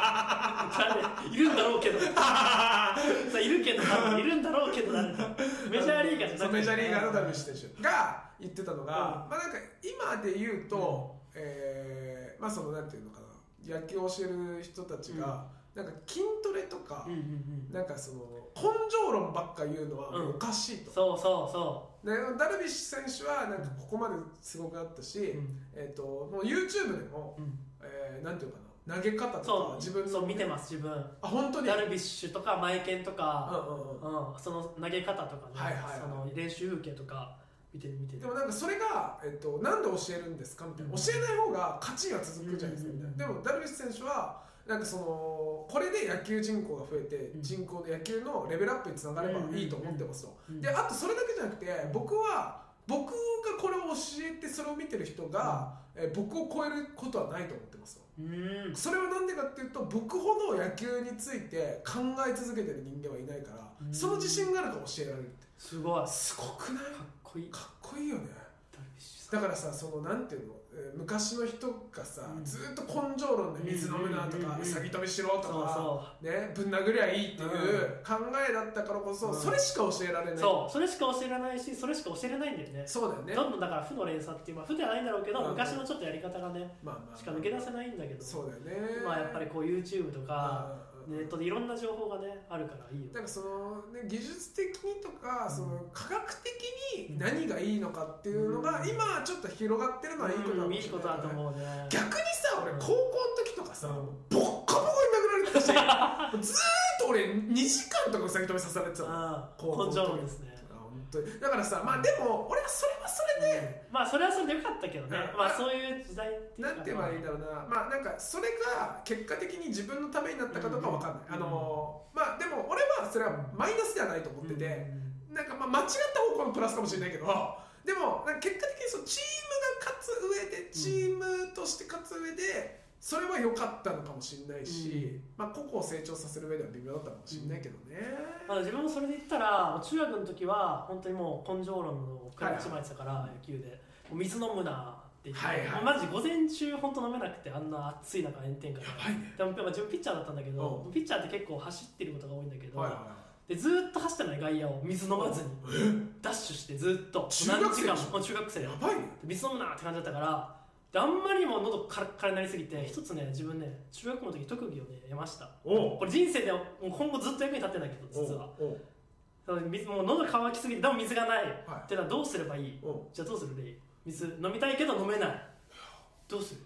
Speaker 2: 誰いるんだろうけどさいるけど多分いるんだろうけど誰だ [laughs] メジャーリーガーじゃなくて
Speaker 1: そうメジャーリーガーのダルビッシュ選手が言ってたのが
Speaker 2: う
Speaker 1: まあなんか今で言うとえーまあそのなんていうのかな野球を教える人たちが、なんか筋トレとか、
Speaker 2: うんうんうん
Speaker 1: なんかその根性論ばっか言うのは
Speaker 2: うん
Speaker 1: おかしいと、
Speaker 2: そうそう
Speaker 1: で
Speaker 2: そ
Speaker 1: ダルビッシュ選手はなんかここまですごくあったし、
Speaker 2: う、うん
Speaker 1: えっともう YouTube でも、
Speaker 2: うん、
Speaker 1: えーなんていうかな投げ方と
Speaker 2: そ
Speaker 1: か
Speaker 2: う
Speaker 1: 自分
Speaker 2: そう
Speaker 1: の
Speaker 2: 見てます自分
Speaker 1: あ本当に
Speaker 2: ダルビッシュとかマイケンと
Speaker 1: うんう
Speaker 2: か、
Speaker 1: んうん
Speaker 2: うんその投げ方とかね、
Speaker 1: はいはいはい
Speaker 2: その練習風景とか見てる見てる
Speaker 1: でもなんかそれが、えっと、なんで教えるんですかみたいな
Speaker 2: うん
Speaker 1: 教えない方が勝ちが続くじゃないですかみたいな
Speaker 2: うん
Speaker 1: でもダルビッシュ選手はなんかそのこれで野球人口が増えて
Speaker 2: うん
Speaker 1: 人口の野球のレベルアップにつながればいいと思ってますと
Speaker 2: うん
Speaker 1: であとそれだけじゃなくて僕は僕がこれを教えてそれを見てる人が、えー僕を超えることはないと思ってますと
Speaker 2: うん
Speaker 1: それはなんでかっていうと僕ほど野球について考え続けてる人間はいないから
Speaker 2: うん
Speaker 1: その自信があるから教えられるって
Speaker 2: すごいかっ
Speaker 1: すごくない
Speaker 2: こいいダ
Speaker 1: かっこいいよね
Speaker 2: ルビッシュさん
Speaker 1: だからさそのなんていうの、えー昔の人がさ、
Speaker 2: うん
Speaker 1: ずーっと根性論で水飲むなと
Speaker 2: うんうんうん
Speaker 1: か
Speaker 2: うん
Speaker 1: うさぎ跳びしろと
Speaker 2: そう
Speaker 1: か
Speaker 2: そう
Speaker 1: ねぶん殴りゃいいっていう考えだったからこそ、
Speaker 2: うん
Speaker 1: それしか教えられない
Speaker 2: そうそれしか教えられないしそれしか教えられないんだよね
Speaker 1: そうだよね
Speaker 2: どんどんだから負の連鎖っていう、まあ、負ではないんだろうけど、
Speaker 1: うん
Speaker 2: 昔のちょっとやり方がね
Speaker 1: まあまあまあ
Speaker 2: しか抜け出せないんだけど
Speaker 1: そうだよね
Speaker 2: まあやっぱりこう YouTube とか、
Speaker 1: うんうん
Speaker 2: ネ
Speaker 1: うん
Speaker 2: ットでいろんな情報がねあるからいいよ
Speaker 1: なんかその、ね、技術的にとか、
Speaker 2: うん
Speaker 1: その科学的に何がいいのかっていうのが、
Speaker 2: うん
Speaker 1: 今ちょっと広がってるのはいいことだ、
Speaker 2: うんいいことだと思うね
Speaker 1: 逆にさ俺
Speaker 2: うん
Speaker 1: 高校の時とかさ、
Speaker 2: うん
Speaker 1: ボッコボコに殴られ
Speaker 2: [laughs]
Speaker 1: てたしずーっと俺2時間とかうさぎ跳び刺されてたのあ
Speaker 2: ああ
Speaker 1: こう
Speaker 2: 根性論ですね
Speaker 1: 本当にだからさまあでも俺はそれはそれで、
Speaker 2: まあそれはそれでよかったけどね
Speaker 1: うん
Speaker 2: まあそういう時代っていう
Speaker 1: な
Speaker 2: か
Speaker 1: んて言えばいいんだろうな、まあなんかそれが結果的に自分のためになったかどうかわかんない、
Speaker 2: うん
Speaker 1: あのーまあでも俺はそれはマイナスではないと思ってて、
Speaker 2: うん
Speaker 1: なんかまあ間違った方向のプラスかもしれないけどでもなんか結果的にそのチームが勝つ上でチームとして勝つ上でそれは良かったのかもしれないし、まあ、個々を成長させる上では微妙だったかもしれないけどね、
Speaker 2: まあ自分もそれで言ったらもう中学の時は本当にもう根性論の食らいちまいてたから、野球でもう水飲むなって言って、
Speaker 1: はいはい
Speaker 2: もうマジ午前中本当飲めなくてあんな暑い中炎天下で
Speaker 1: やばいね
Speaker 2: でもやっぱ自分ピッチャーだったんだけど、ピッチャーって結構走ってることが多いんだけど、
Speaker 1: はいは
Speaker 2: でずーっと走ってない外野を水飲まずにダッシュしてずーっと
Speaker 1: 中学生でしょ
Speaker 2: 何時間も中学生
Speaker 1: い
Speaker 2: で
Speaker 1: やばいね
Speaker 2: 水飲むなって感じだったからであんまりにも喉カラッカラになりすぎて一つね自分ね中学校の時特技をね得ました
Speaker 1: お
Speaker 2: これ人生でもう今後ずっと役に立ってんだけど実は
Speaker 1: おう
Speaker 2: その水もう喉乾きすぎてでも水がないっ
Speaker 1: は
Speaker 2: てのはどうすればいい
Speaker 1: いおう
Speaker 2: じゃあどうするレイ水飲みたいけど飲めないどうする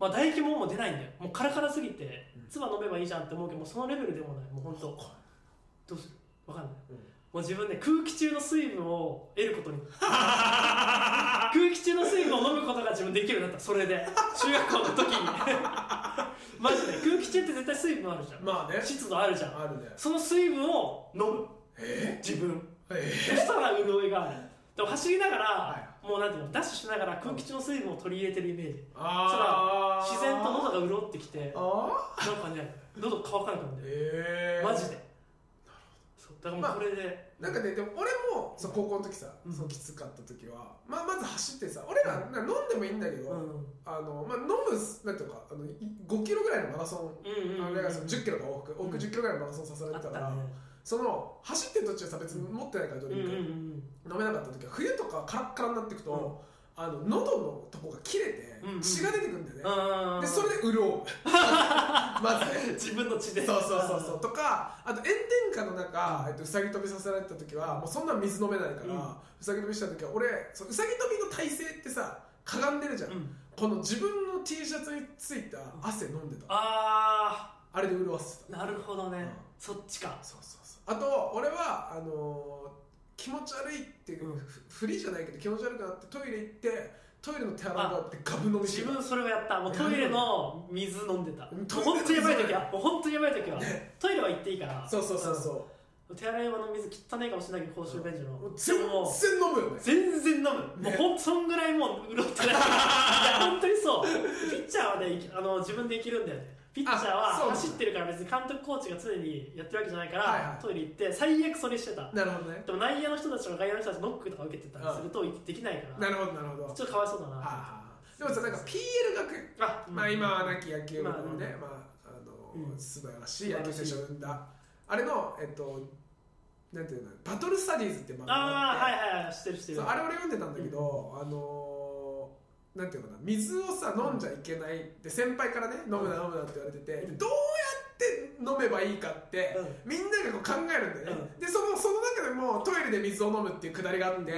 Speaker 2: まあ唾液ももう出ないんだよもうカラカラすぎて
Speaker 1: うん
Speaker 2: 唾飲めばいいじゃんって思うけどもうそのレベルでもないもう本当どうするわかんないもう自分ね空気中の水分を得ることに空気中の水分を飲むことが自分できるようになったそれで中学校の時に [laughs] マジで空気中って絶対水分あるじゃん
Speaker 1: まあね
Speaker 2: 湿度あるじゃん
Speaker 1: あるね
Speaker 2: その水分を飲む
Speaker 1: え
Speaker 2: 自分
Speaker 1: ー、え
Speaker 2: そしたら潤いがあるでも走りながら、
Speaker 1: は
Speaker 2: もうなんていうのダッシュしながら空気中の水分を取り入れてるイメージ
Speaker 1: ー、あー
Speaker 2: 自然と喉が潤ってきて
Speaker 1: あ
Speaker 2: なんかね喉乾かなくなるん
Speaker 1: ー
Speaker 2: だよ
Speaker 1: えー、
Speaker 2: マジでそうだからもうこれで、
Speaker 1: なんかね、でも俺もそう高校の時さ、
Speaker 2: うん
Speaker 1: そうきつかった時は、まあ、まず走ってさ俺ら
Speaker 2: う
Speaker 1: な飲んでもいいんだけど、
Speaker 2: うん、うん
Speaker 1: あのまあ、飲むなんていうのかあのい5キロぐらいのマラソ
Speaker 2: うん
Speaker 1: ン、
Speaker 2: うん
Speaker 1: あれが1 0キロが往復往復
Speaker 2: うん
Speaker 1: 1 0キロぐらいのマラソンさされ
Speaker 2: あ
Speaker 1: てた
Speaker 2: っ
Speaker 1: か
Speaker 2: た
Speaker 1: ら、
Speaker 2: ね
Speaker 1: その走ってる途中さ別に持ってないからド
Speaker 2: うん
Speaker 1: リ
Speaker 2: う
Speaker 1: ン
Speaker 2: ん
Speaker 1: ク、飲めなかった時は冬とかカラッカラになっていくと、あの喉のとこが切れて、
Speaker 2: うんうん
Speaker 1: 血が出てくるんだよね、
Speaker 2: うんうん
Speaker 1: でそれで潤
Speaker 2: [laughs]
Speaker 1: うまずね
Speaker 2: 自分の血で
Speaker 1: そうそうそうそうとかあと炎天下の中、えっと、うさぎ跳びさせられた時はもうそんな水飲めないから、う
Speaker 2: うん
Speaker 1: さぎ跳びした時は俺そううさぎ跳びの体勢ってさかがんでるじゃん、
Speaker 2: うん
Speaker 1: この自分の T シャツについた汗飲んでたあ
Speaker 2: あ
Speaker 1: れで潤わせて
Speaker 2: ーなるほどね、
Speaker 1: うん
Speaker 2: そっちか
Speaker 1: たそうそうそうあと俺はあのー気持ち悪いっていうか、
Speaker 2: うん
Speaker 1: ふふりじゃないけど気持ち悪くなってトイレ行ってトイレの手洗い場行ってガブ飲みして
Speaker 2: 自
Speaker 1: る
Speaker 2: 分それをやったもうトイレの水飲んでた
Speaker 1: う
Speaker 2: も
Speaker 1: ん
Speaker 2: う本当にやばい時はもう本当にやばい時は
Speaker 1: ね
Speaker 2: トイレは行っていいから
Speaker 1: そうそうそうそうう、
Speaker 2: ん手洗い場の水汚いかもしれないけど公衆便所の
Speaker 1: もう全
Speaker 2: でももう
Speaker 1: 然飲むよね
Speaker 2: 全然飲む、もう
Speaker 1: ね
Speaker 2: ほんそんぐらいもう潤ってないいや本当
Speaker 1: [laughs]
Speaker 2: にそうピッチャーはねいきあの自分で生きるんだよねピッチャーは
Speaker 1: あそうなんだ
Speaker 2: 走ってるから別に監督コーチが常にやってるわけじゃないから、
Speaker 1: はいはい
Speaker 2: トイレ行って最悪それしてた
Speaker 1: なるほどね
Speaker 2: でも内野の人たちとか外野の人たちノックとか受けてたりするとできないから
Speaker 1: なるほどなるほど
Speaker 2: ちょっとかわいそうだな
Speaker 1: ああでもさなんか PL 学園、
Speaker 2: あ
Speaker 1: まあ、今は
Speaker 2: ね
Speaker 1: 亡き野球部のね、まああの
Speaker 2: うん
Speaker 1: 素晴らしい野球選手を生んだあれのえっとなんていうのバトルスタディーズって漫画が
Speaker 2: ああ
Speaker 1: あって
Speaker 2: はいはいはい知ってる知って
Speaker 1: そ
Speaker 2: る
Speaker 1: うあれ俺読んでたんだけど、あのーなんていうのかな水をさ飲んじゃいけないって先輩からね飲むな飲むなって言われててでどうやって飲めばいいかって
Speaker 2: う
Speaker 1: みんながこう考えるんだよねでそのその中でもトイレで水を飲むっていうくだりがあって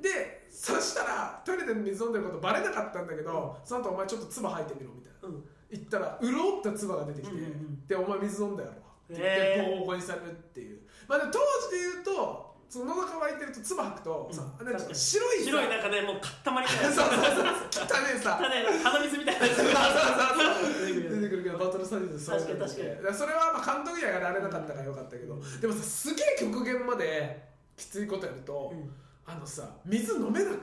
Speaker 1: でそしたらトイレで水飲んでることバレなかったんだけどその後お前ちょっと唾吐いてみろみたいな
Speaker 2: うん
Speaker 1: 言ったら潤った唾が出てきて
Speaker 2: うんうんうん
Speaker 1: でお前水飲んだやろって言
Speaker 2: へ
Speaker 1: って
Speaker 2: ー
Speaker 1: ボコボコにされるっていうまあでも当時で言うとその喉乾いてると唾吐くとさ
Speaker 2: うん
Speaker 1: なんか
Speaker 2: 確かに
Speaker 1: 白いさ
Speaker 2: 白いなんかねもう塊みた
Speaker 1: [laughs]
Speaker 2: い
Speaker 1: そうそう
Speaker 2: な
Speaker 1: そう汚ねえさ
Speaker 2: ただね鼻水みた
Speaker 1: [laughs]
Speaker 2: いなやつ
Speaker 1: そう
Speaker 2: が
Speaker 1: そうそう出てくるけどバトルスタジオでそう
Speaker 2: 確かに確かに
Speaker 1: だらそれはまあ監督にはやられなかったからよかったけどでもさすげえ極限まできついことやると、
Speaker 2: うん
Speaker 1: あのさ水飲めなくならない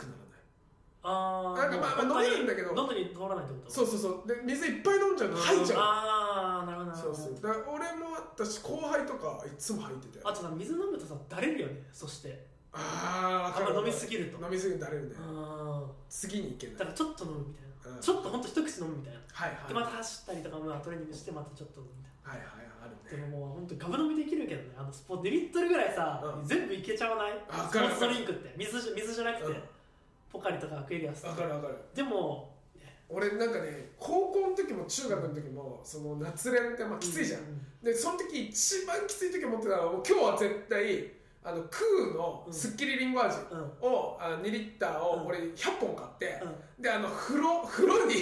Speaker 2: あー
Speaker 1: なんかまあ
Speaker 2: もう
Speaker 1: まあ
Speaker 2: 本当に
Speaker 1: 飲めるんだけど
Speaker 2: 喉に通らないってこと
Speaker 1: そうそうそうで水いっぱい飲んじゃうと吐いちゃう
Speaker 2: ああなるほどなる
Speaker 1: そう
Speaker 2: ほど
Speaker 1: そうだから俺もあったし後輩とかいつも入ってて
Speaker 2: あとさ水飲むとさだれるよねそして
Speaker 1: あーわ
Speaker 2: あ
Speaker 1: か
Speaker 2: ん
Speaker 1: る
Speaker 2: ま飲みすぎると
Speaker 1: 飲みすぎになれるね
Speaker 2: あ
Speaker 1: 次に行け
Speaker 2: ー
Speaker 1: ない
Speaker 2: だからちょっと飲むみたいな、
Speaker 1: うん
Speaker 2: ちょっとほんと一口飲むみたいな、
Speaker 1: はい
Speaker 2: で
Speaker 1: はいはい
Speaker 2: また走ったりとか、まあ、トレーニングしてまたちょっと飲むみた
Speaker 1: は
Speaker 2: い
Speaker 1: いあ
Speaker 2: な
Speaker 1: る
Speaker 2: で
Speaker 1: ね
Speaker 2: ももうほんとガブ飲みできるけどねあのスポ2リットルぐらいさ、
Speaker 1: うん
Speaker 2: 全部いけちゃわない
Speaker 1: わ
Speaker 2: ス
Speaker 1: か
Speaker 2: ポ
Speaker 1: る
Speaker 2: ーツドリンクって水じゃ水じゃなく
Speaker 1: う
Speaker 2: て、
Speaker 1: ん
Speaker 2: ポカリとかアクエリアスと
Speaker 1: わかるわかる
Speaker 2: でも
Speaker 1: 俺なんかね高校の時も中学の時もその夏練ってまあきついじゃん、
Speaker 2: う
Speaker 1: でその時一番きつい時思ってたのはもう今日は絶対あのクーのすっきりりんご味
Speaker 2: うんうん
Speaker 1: を、あ2リッター
Speaker 2: う
Speaker 1: を
Speaker 2: ん
Speaker 1: 俺100本買って、であの風
Speaker 2: [laughs]
Speaker 1: 呂風呂に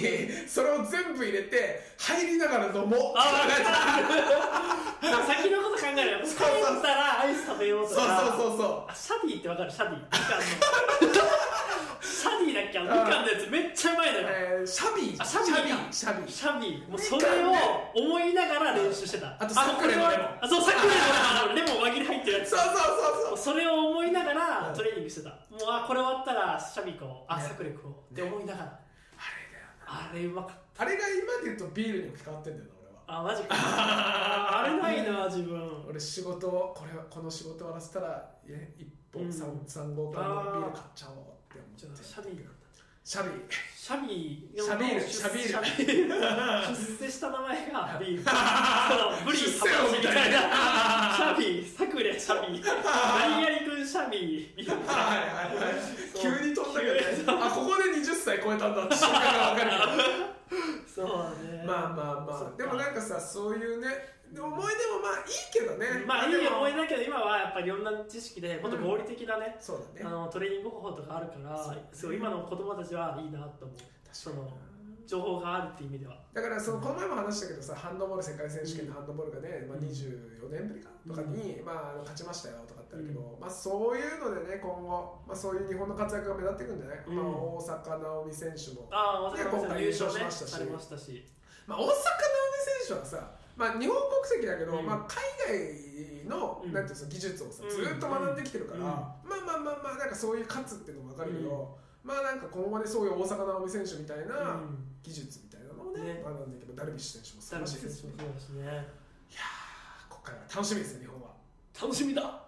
Speaker 1: それを全部入れて入りながら飲もう
Speaker 2: ああ先のこと考えるよ
Speaker 1: そう
Speaker 2: 帰っ
Speaker 1: そう
Speaker 2: たらアイス食べよう
Speaker 1: そう
Speaker 2: と
Speaker 1: そ
Speaker 2: か
Speaker 1: うそうそう
Speaker 2: あシャディってわかるシャ
Speaker 1: [laughs]
Speaker 2: ディみかんのシャディだっけあのみかんのやつめっちゃうまいのよ
Speaker 1: えーシャビー
Speaker 2: あシャビーか
Speaker 1: シャビーシャビー
Speaker 2: シャビもうそれを思いながら練習してた
Speaker 1: あとサクレのレモン
Speaker 2: あそうサクレのレモンあのレモン輪切り入ってるやつ
Speaker 1: そうそうそうそう
Speaker 2: それを思いなが
Speaker 1: う
Speaker 2: ら
Speaker 1: ん
Speaker 2: トレーニングしてたもうあこれ終わったらシャビ行こうあ
Speaker 1: ね
Speaker 2: サクレ食おうって思いながらあれうまかった
Speaker 1: あれが今で言うとビールに置き換わってんだよな俺は
Speaker 2: あマジかあれないな自分
Speaker 1: 俺仕事をこれこの仕事終わらせたらいや一
Speaker 2: う
Speaker 1: 本
Speaker 2: ん
Speaker 1: 三三号からのビール買っちゃおうって思っ
Speaker 2: じ
Speaker 1: て
Speaker 2: ゃあシャビなんだ
Speaker 1: シャビー
Speaker 2: シャ
Speaker 1: シャビ
Speaker 2: ビ
Speaker 1: ール
Speaker 2: 出
Speaker 1: シャビール
Speaker 2: シャビール [laughs] 出世した名前がビ
Speaker 1: [laughs]
Speaker 2: ールそのブリー
Speaker 1: 出世王みたいな
Speaker 2: シャビーサ
Speaker 1: [laughs]
Speaker 2: クレシャビー何々君シャビービール
Speaker 1: はいはいはい
Speaker 2: そう
Speaker 1: 急に飛んだけどね
Speaker 2: 急に
Speaker 1: あここで20歳超えたんだって瞬間が分かる
Speaker 2: そうだね
Speaker 1: まあまあ
Speaker 2: そ
Speaker 1: ま
Speaker 2: っか
Speaker 1: あでもなんかさそういうね思い出もまあいいけどね
Speaker 2: まあいい思い
Speaker 1: 出
Speaker 2: だけど今はやっぱりいろんな知識でもっと合理的なね、
Speaker 1: そうだね
Speaker 2: あのトレーニング方法とかあるから
Speaker 1: そう
Speaker 2: すごい今の子供たちはいいなと思うそ
Speaker 1: 確かに
Speaker 2: の情報があるっていう意味では
Speaker 1: だからそのこの前も話したけどさハンドボール世界選手権のハンドボールがね、まあ、24年ぶりかとかに、まあ、勝ちましたよとかってあるけど、まあ、そういうのでね今後、まあ、そういう日本の活躍が目立ってくんじゃない、
Speaker 2: うん
Speaker 1: まあ、大坂なおみ選手も、
Speaker 2: ああ
Speaker 1: ね
Speaker 2: 渡辺さん優
Speaker 1: 今回優
Speaker 2: 勝
Speaker 1: 勝し
Speaker 2: ね
Speaker 1: ましたし
Speaker 2: されましたし
Speaker 1: まあ、大坂なおみ選手はさ、まあ、日本国籍だけど、
Speaker 2: うん
Speaker 1: まあ、海外の,、
Speaker 2: うん
Speaker 1: なんていうの技術をさ
Speaker 2: うん
Speaker 1: ずーっと学んできてるから、
Speaker 2: うん
Speaker 1: まあまあまあまあなんかそういう勝つっていうのも分かるけど、まあなんか今後ねそういう大坂なおみ選手みたいな
Speaker 2: うん
Speaker 1: 技術みたいなのをね,、
Speaker 2: ね
Speaker 1: 学んでいけばダルビッシュ選手も素晴
Speaker 2: ダ
Speaker 1: ら
Speaker 2: ルビ
Speaker 1: し
Speaker 2: ッ
Speaker 1: い
Speaker 2: シ
Speaker 1: で
Speaker 2: ュ選
Speaker 1: すよね
Speaker 2: 手もそうだしね
Speaker 1: いやーここからが楽しみですね日本は。
Speaker 2: 楽しみだ
Speaker 1: っ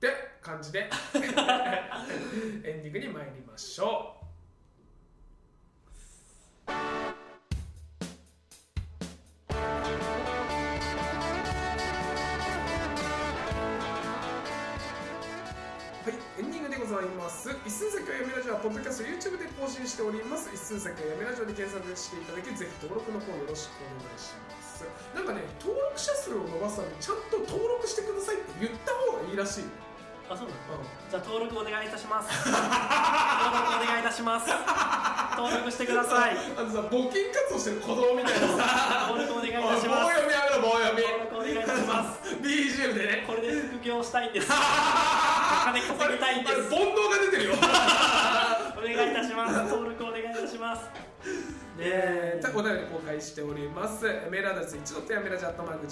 Speaker 1: て感じでエンディングに参りましょう。はい、エンディングでございます一寸先はやめラジオはポッドキャスト YouTube で更新しております一寸先はやめラジオで検索していただきぜひ登録の方よろしくお願いしますなんかね登録者数を伸ばすためにちゃんと登録してくださいって言った方がいいらしいよ、
Speaker 2: あそうなの
Speaker 1: うん
Speaker 2: じゃあ登録お願いいたします登録お願いいたします登録してください
Speaker 1: あのさ募金活動してる子供みたいなさ
Speaker 2: 登録お願いい
Speaker 1: 棒
Speaker 2: たします
Speaker 1: 読みやめろ棒読み
Speaker 2: 登録お願いいたします
Speaker 1: BGM でね
Speaker 2: これで副業したいんです
Speaker 1: あ
Speaker 2: 金稼ぎたいんで
Speaker 1: れ
Speaker 2: す
Speaker 1: 煩悩が出てるよ
Speaker 2: お願いいたします登録お願いいたしますね
Speaker 1: え
Speaker 2: え
Speaker 1: ー、お便り公開しておりますメールアドレス一度とやめラジアットマーク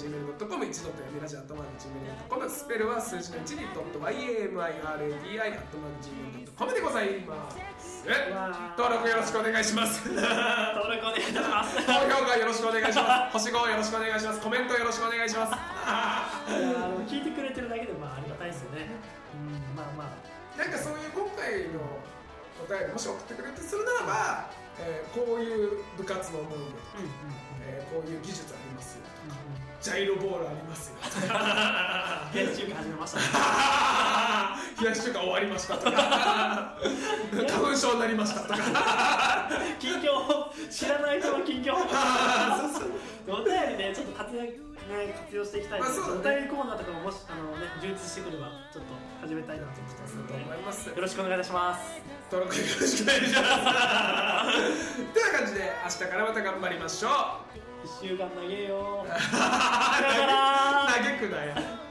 Speaker 1: Gmail.com 一度とやめラジアットマーク Gmail.com スペルは数字の1にドット YAMIRADI アットマーク Gmail.com でございます
Speaker 2: わー
Speaker 1: 登録よろしくお願いします
Speaker 2: [laughs] 登録お願いいたします
Speaker 1: 高評価よろしくお願いします星5よろしくお願いしますコメントよろしくお願いします
Speaker 2: いやーあの聞いてくれてるだけでまあありがたいですよねうんまあまあ
Speaker 1: なんかそういう今回のお便りもし送ってくれるとするならばえーこういう部活のムーブ、
Speaker 2: うんうん
Speaker 1: えーこういう技術ありますよジャイロボールありますよ [laughs]
Speaker 2: [laughs] 冷やし中華始めましたね
Speaker 1: 冷やし中華終わりましたとか花粉症になりましたとか
Speaker 2: 近況知らない人の近況お便りねちょっと活躍ね活用していきたいです、
Speaker 1: まあそう
Speaker 2: お
Speaker 1: だね
Speaker 2: 便りコーナーとかももしあのね充実してくればちょっと始めたいなと思ってますので
Speaker 1: 思います
Speaker 2: よろしくお願いいたします
Speaker 1: 登録よろ [laughs] しくお願いしますてな感じで明日からまた頑張りましょう
Speaker 2: 一週間投げよ
Speaker 1: [laughs]
Speaker 2: う
Speaker 1: 嘆
Speaker 2: ら
Speaker 1: くなよ